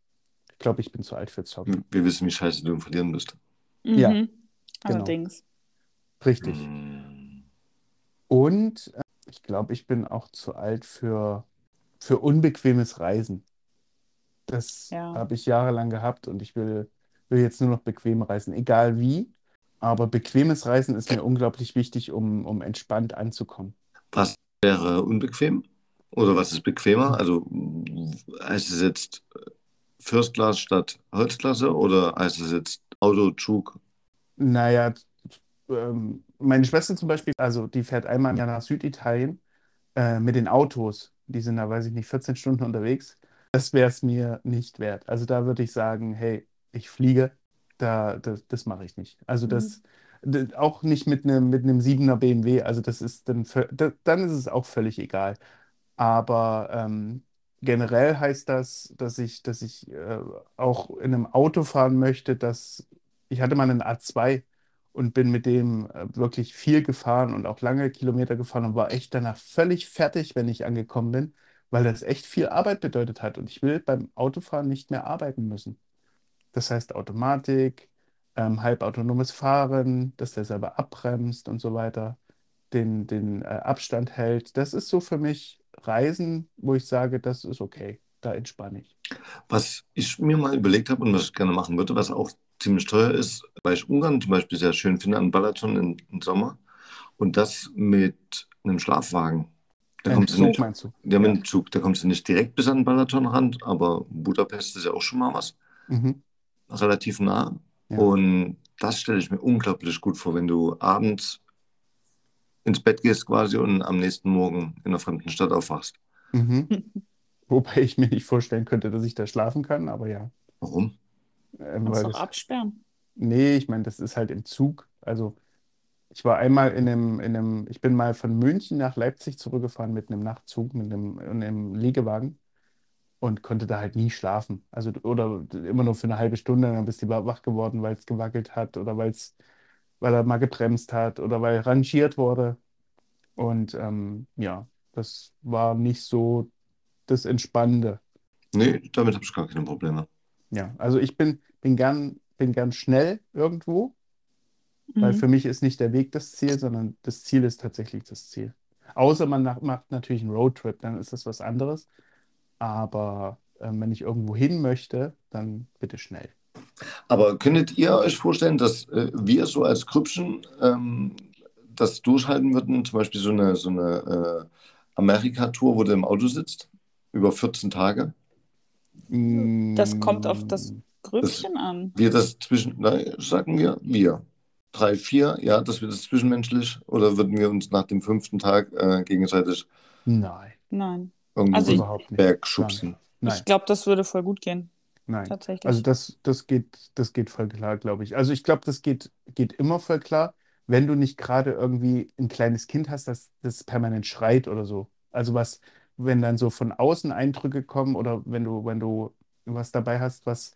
ich glaube, ich bin zu alt für Zocken.
Wir wissen, wie scheiße du im Verlieren bist.
Mhm.
Ja,
Allerdings.
Hm.
Richtig. Und äh, ich glaube, ich bin auch zu alt für, für unbequemes Reisen. Das
Ja.
habe ich jahrelang gehabt und ich will, will jetzt nur noch bequem reisen, egal wie. Aber bequemes Reisen ist mir unglaublich wichtig, um, um entspannt anzukommen.
Was wäre unbequem? Oder was ist bequemer? Also mh, heißt es jetzt äh, First Class statt Holzklasse oder heißt es jetzt Auto, Zug?
Naja, ähm, meine Schwester zum Beispiel, also die fährt einmal im Jahr nach Süditalien äh, mit den Autos. Die sind da, weiß ich nicht, 14 Stunden unterwegs. Das wäre es mir nicht wert. Also da würde ich sagen, hey, ich fliege, da, das, das mache ich nicht. Also
Mhm.
das, d- auch nicht mit einem mit einem 7er BMW. Also das ist dann, vö- da- dann ist es auch völlig egal. Aber ähm, generell heißt das, dass ich, dass ich äh, auch in einem Auto fahren möchte, das ich hatte mal einen A2 und bin mit dem äh, wirklich viel gefahren und auch lange Kilometer gefahren und war echt danach völlig fertig, wenn ich angekommen bin, weil das echt viel Arbeit bedeutet hat. Und ich will beim Autofahren nicht mehr arbeiten müssen. Das heißt Automatik, ähm, halbautonomes Fahren, dass der selber abbremst und so weiter, den, den äh, Abstand hält. Das ist so für mich Reisen, wo ich sage, das ist okay, da entspanne ich.
Was ich mir mal überlegt habe und was ich gerne machen würde, was auch ziemlich teuer ist, weil ich Ungarn zum Beispiel sehr schön finde, an Balaton im, im Sommer. Und das mit einem Schlafwagen. Da
Ein
kommst du
Zug,
nicht,
Äh, meinst du?
ja, mit dem Zug, da kommst du nicht direkt bis an den Balatonrand, aber Budapest ist ja auch schon mal was,
Mhm.
relativ nah.
Ja.
Und das stelle ich mir unglaublich gut vor, wenn du abends ins Bett gehst quasi und am nächsten Morgen in einer fremden Stadt aufwachst.
Mhm. *laughs* Wobei ich mir nicht vorstellen könnte, dass ich da schlafen kann, aber ja.
Warum?
Ähm,
Kannst
weil
du auch
das,
absperren.
nee, ich meine, das ist halt im Zug. Also ich war einmal in einem, in einem, ich bin mal von München nach Leipzig zurückgefahren mit einem Nachtzug, mit einem, in einem Liegewagen und konnte da halt nie schlafen. Also oder immer nur für eine halbe Stunde, dann bist du wach geworden, weil es gewackelt hat oder weil es, weil er mal gebremst hat oder weil rangiert wurde. Und ähm, ja, das war nicht so das Entspannende.
Nee, damit habe ich gar keine Probleme.
Ja, also ich bin, bin gern, bin gern schnell irgendwo.
Mhm.
Weil für mich ist nicht der Weg das Ziel, sondern das Ziel ist tatsächlich das Ziel. Außer man nach- macht natürlich einen Roadtrip, dann ist das was anderes. Aber ähm, wenn ich irgendwo hin möchte, dann bitte schnell.
Aber könntet ihr euch vorstellen, dass äh, wir so als Krüppchen ähm, das durchhalten würden, zum Beispiel so eine, so eine äh, Amerika-Tour, wo du im Auto sitzt, über 14 Tage?
Das kommt auf
Mm,
das- Grübchen an.
Wir das zwischen, nein, sagen wir, wir. Drei, vier, ja, dass wir das zwischenmenschlich oder würden wir uns nach dem fünften Tag äh, gegenseitig
Nein,
Nein.
irgendwo
Also ich-
in
überhaupt
den
nicht.
Berg schubsen?
Nein,
Ich glaube, das würde voll gut gehen,
nein.
tatsächlich.
Also das, das geht, das geht voll klar, glaube ich. Also ich glaube, das geht, geht immer voll klar, wenn du nicht gerade irgendwie ein kleines Kind hast, das, das permanent schreit oder so. Also was, wenn dann so von außen Eindrücke kommen oder wenn du, wenn du was dabei hast, was,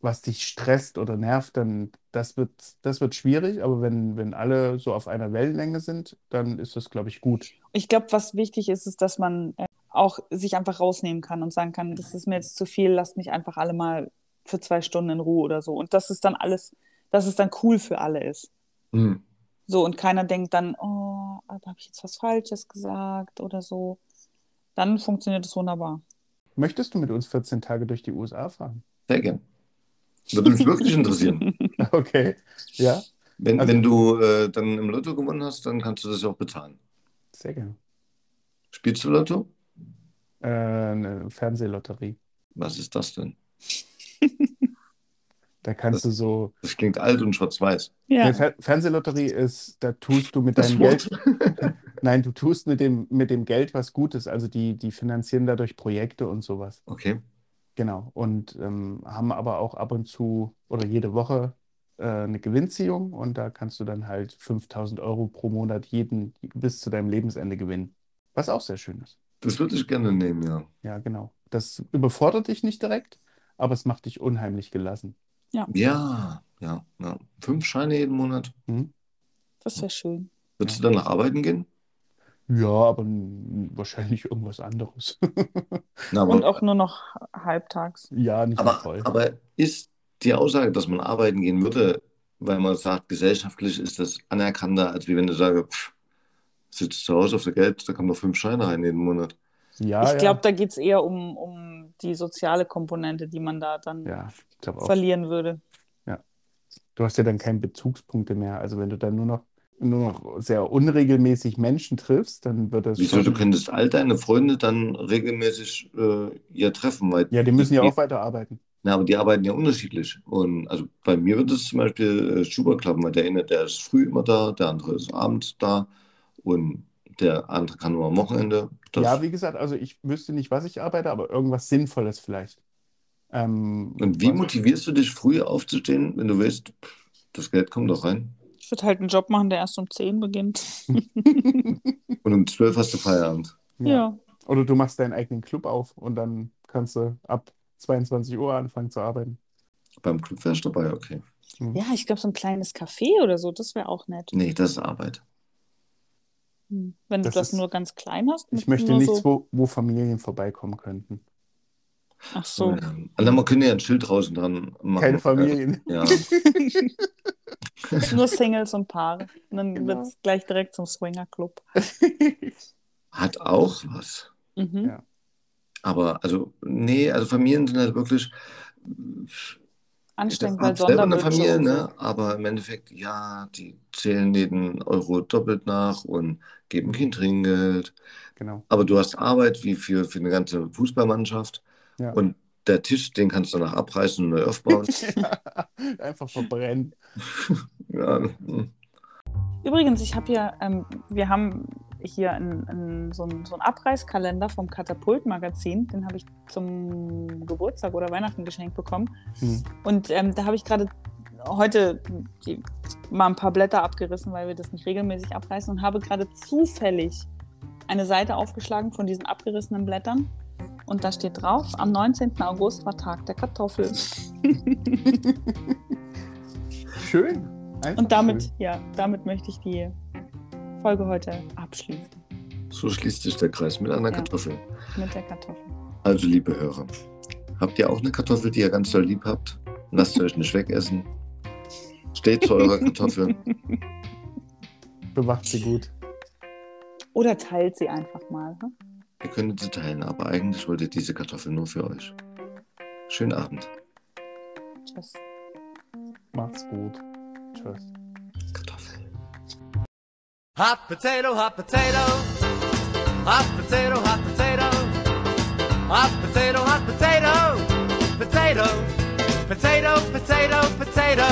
was dich stresst oder nervt, dann das wird, das wird schwierig. Aber wenn, wenn alle so auf einer Wellenlänge sind, dann ist das, glaube ich, gut.
Ich glaube, was wichtig ist, ist, dass man äh, auch sich einfach rausnehmen kann und sagen kann, das ist mir jetzt zu viel, lasst mich einfach alle mal für zwei Stunden in Ruhe oder so. Und dass es dann alles, dass es dann cool für alle ist.
Hm.
So, und keiner denkt dann, oh, da habe ich jetzt was Falsches gesagt oder so. Dann funktioniert es wunderbar.
Möchtest du mit uns 14 Tage durch die USA fahren? *laughs*
Sehr gern. Würde
*laughs*
mich wirklich interessieren.
Okay, ja,
Wenn,
Also-
wenn du äh, dann im Lotto gewonnen hast, dann kannst du das auch bezahlen.
sehr gerne.
Spielst du Lotto?
Äh, eine Fernsehlotterie.
Was ist das denn?
Da kannst du so.
Das klingt alt und schwarz-weiß.
Nee, Fer Fernsehlotterie ist, da tust du mit
Das
deinem
Wort.
Geld. *laughs* Nein, du tust mit dem, mit dem Geld was Gutes. Also die, die finanzieren dadurch Projekte und sowas.
Okay.
Genau. Und ähm, haben aber auch ab und zu oder jede Woche äh, eine Gewinnziehung und da kannst du dann halt 5000 Euro pro Monat jeden bis zu deinem Lebensende gewinnen. Was auch sehr schön ist.
Das würde ich gerne nehmen, ja.
Ja, genau. Das überfordert dich nicht direkt, aber es macht dich unheimlich gelassen.
Ja, ja, ja. Fünf Scheine jeden Monat.
Hm?
Das wäre schön.
Würdest du danach arbeiten gehen?
Ja, aber mm, wahrscheinlich irgendwas anderes. *laughs*
Na, aber,
Und auch nur noch halbtags.
Ja, nicht so voll.
aber, aber ist die Aussage, dass man arbeiten gehen würde, weil man sagt, gesellschaftlich ist das anerkannter, als wie wenn du sagst, pff, sitzt zu Hause auf der Geld, da kommen doch fünf Scheine rein jeden Monat.
Ja,
Ich
ja.
glaube, da geht es eher um, um die soziale Komponente, die man da dann
Ja, ich glaube auch.
verlieren würde.
Du hast ja dann keine Bezugspunkte mehr. Also wenn du dann nur noch, nur noch sehr unregelmäßig Menschen triffst, dann wird das
Wieso, du
schon.
könntest all deine Freunde dann regelmäßig äh, ja treffen, weil
Ja, die müssen ja auch weiterarbeiten.
Na, aber die arbeiten ja unterschiedlich. Und also bei mir wird es zum Beispiel äh, super klappen, weil der eine, der ist früh immer da, der andere ist abends da und der andere kann nur am Wochenende. Das,
Ja, wie gesagt, also ich wüsste nicht, was ich arbeite, aber irgendwas Sinnvolles vielleicht. Ähm,
und wie
was-
motivierst du dich, früh aufzustehen, wenn du willst, pff, das Geld kommt doch rein?
Ich würde halt einen Job machen, der erst um 10 beginnt.
Und um 12 hast du Feierabend.
Ja.
Ja.
Oder du machst deinen eigenen Club auf und dann kannst du ab 22 Uhr anfangen zu arbeiten.
Beim Club wärst du dabei, okay.
Ja, ich glaube, so ein kleines Café oder so, das wäre auch nett.
Nee, das ist Arbeit.
Hm. Wenn
Das
du das
ist-
nur ganz klein hast.
Ich
mit
möchte
nur
nichts,
So,
wo, wo Familien vorbeikommen könnten.
ach so.
Ja. Und dann, man könnte ja ein Schild draußen dran machen.
Keine Familien. *laughs*
Ja.
*laughs* nur Singles und Paare. Und dann
Genau.
wird es gleich direkt zum Swinger Club.
Hat auch was.
Mhm.
Ja.
Aber also, nee, also Familien sind halt wirklich,
Anstrengend, weil
Hab selber eine
Sonderwirtschaft.
Familie, ne? aber im Endeffekt, ja, die zählen jeden Euro doppelt nach und geben Kind Trinkgeld.
Genau.
Aber du hast Arbeit wie für, für eine ganze Fußballmannschaft
Ja.
und der Tisch, den kannst du danach abreißen und neu aufbauen.
*laughs* Einfach verbrennen.
ja. hm.
Übrigens, ich habe hier, ähm, wir haben hier einen, einen, so, einen, so einen Abreißkalender vom Katapult-Magazin. Den habe ich zum Geburtstag oder Weihnachten geschenkt bekommen.
Hm.
Und ähm, da habe ich gerade heute die, mal ein paar Blätter abgerissen, weil wir das nicht regelmäßig abreißen und habe gerade zufällig eine Seite aufgeschlagen von diesen abgerissenen Blättern. Und da steht drauf, am 19. August war Tag
*laughs*
der Kartoffel.
Schön. Einfach
Und damit,
schön.
ja, damit möchte ich die Folge heute abschließen.
So schließt sich der Kreis mit einer
Ja.
Kartoffel.
Mit der Kartoffel.
Also, liebe Hörer, habt ihr auch eine Kartoffel, die ihr ganz doll lieb habt? Lasst euch nicht wegessen. Steht zu eurer Kartoffel.
bewacht sie gut.
Oder teilt sie einfach mal. Ne?
Ihr könntet sie teilen, aber eigentlich wollt ihr diese Kartoffel nur für euch. Schönen Abend.
Tschüss.
Macht's gut. Tschüss.
Kartoffel.
Hot potato, hot potato. Hot potato, hot potato. Hot potato, hot potato. Potato, potato, potato, potato.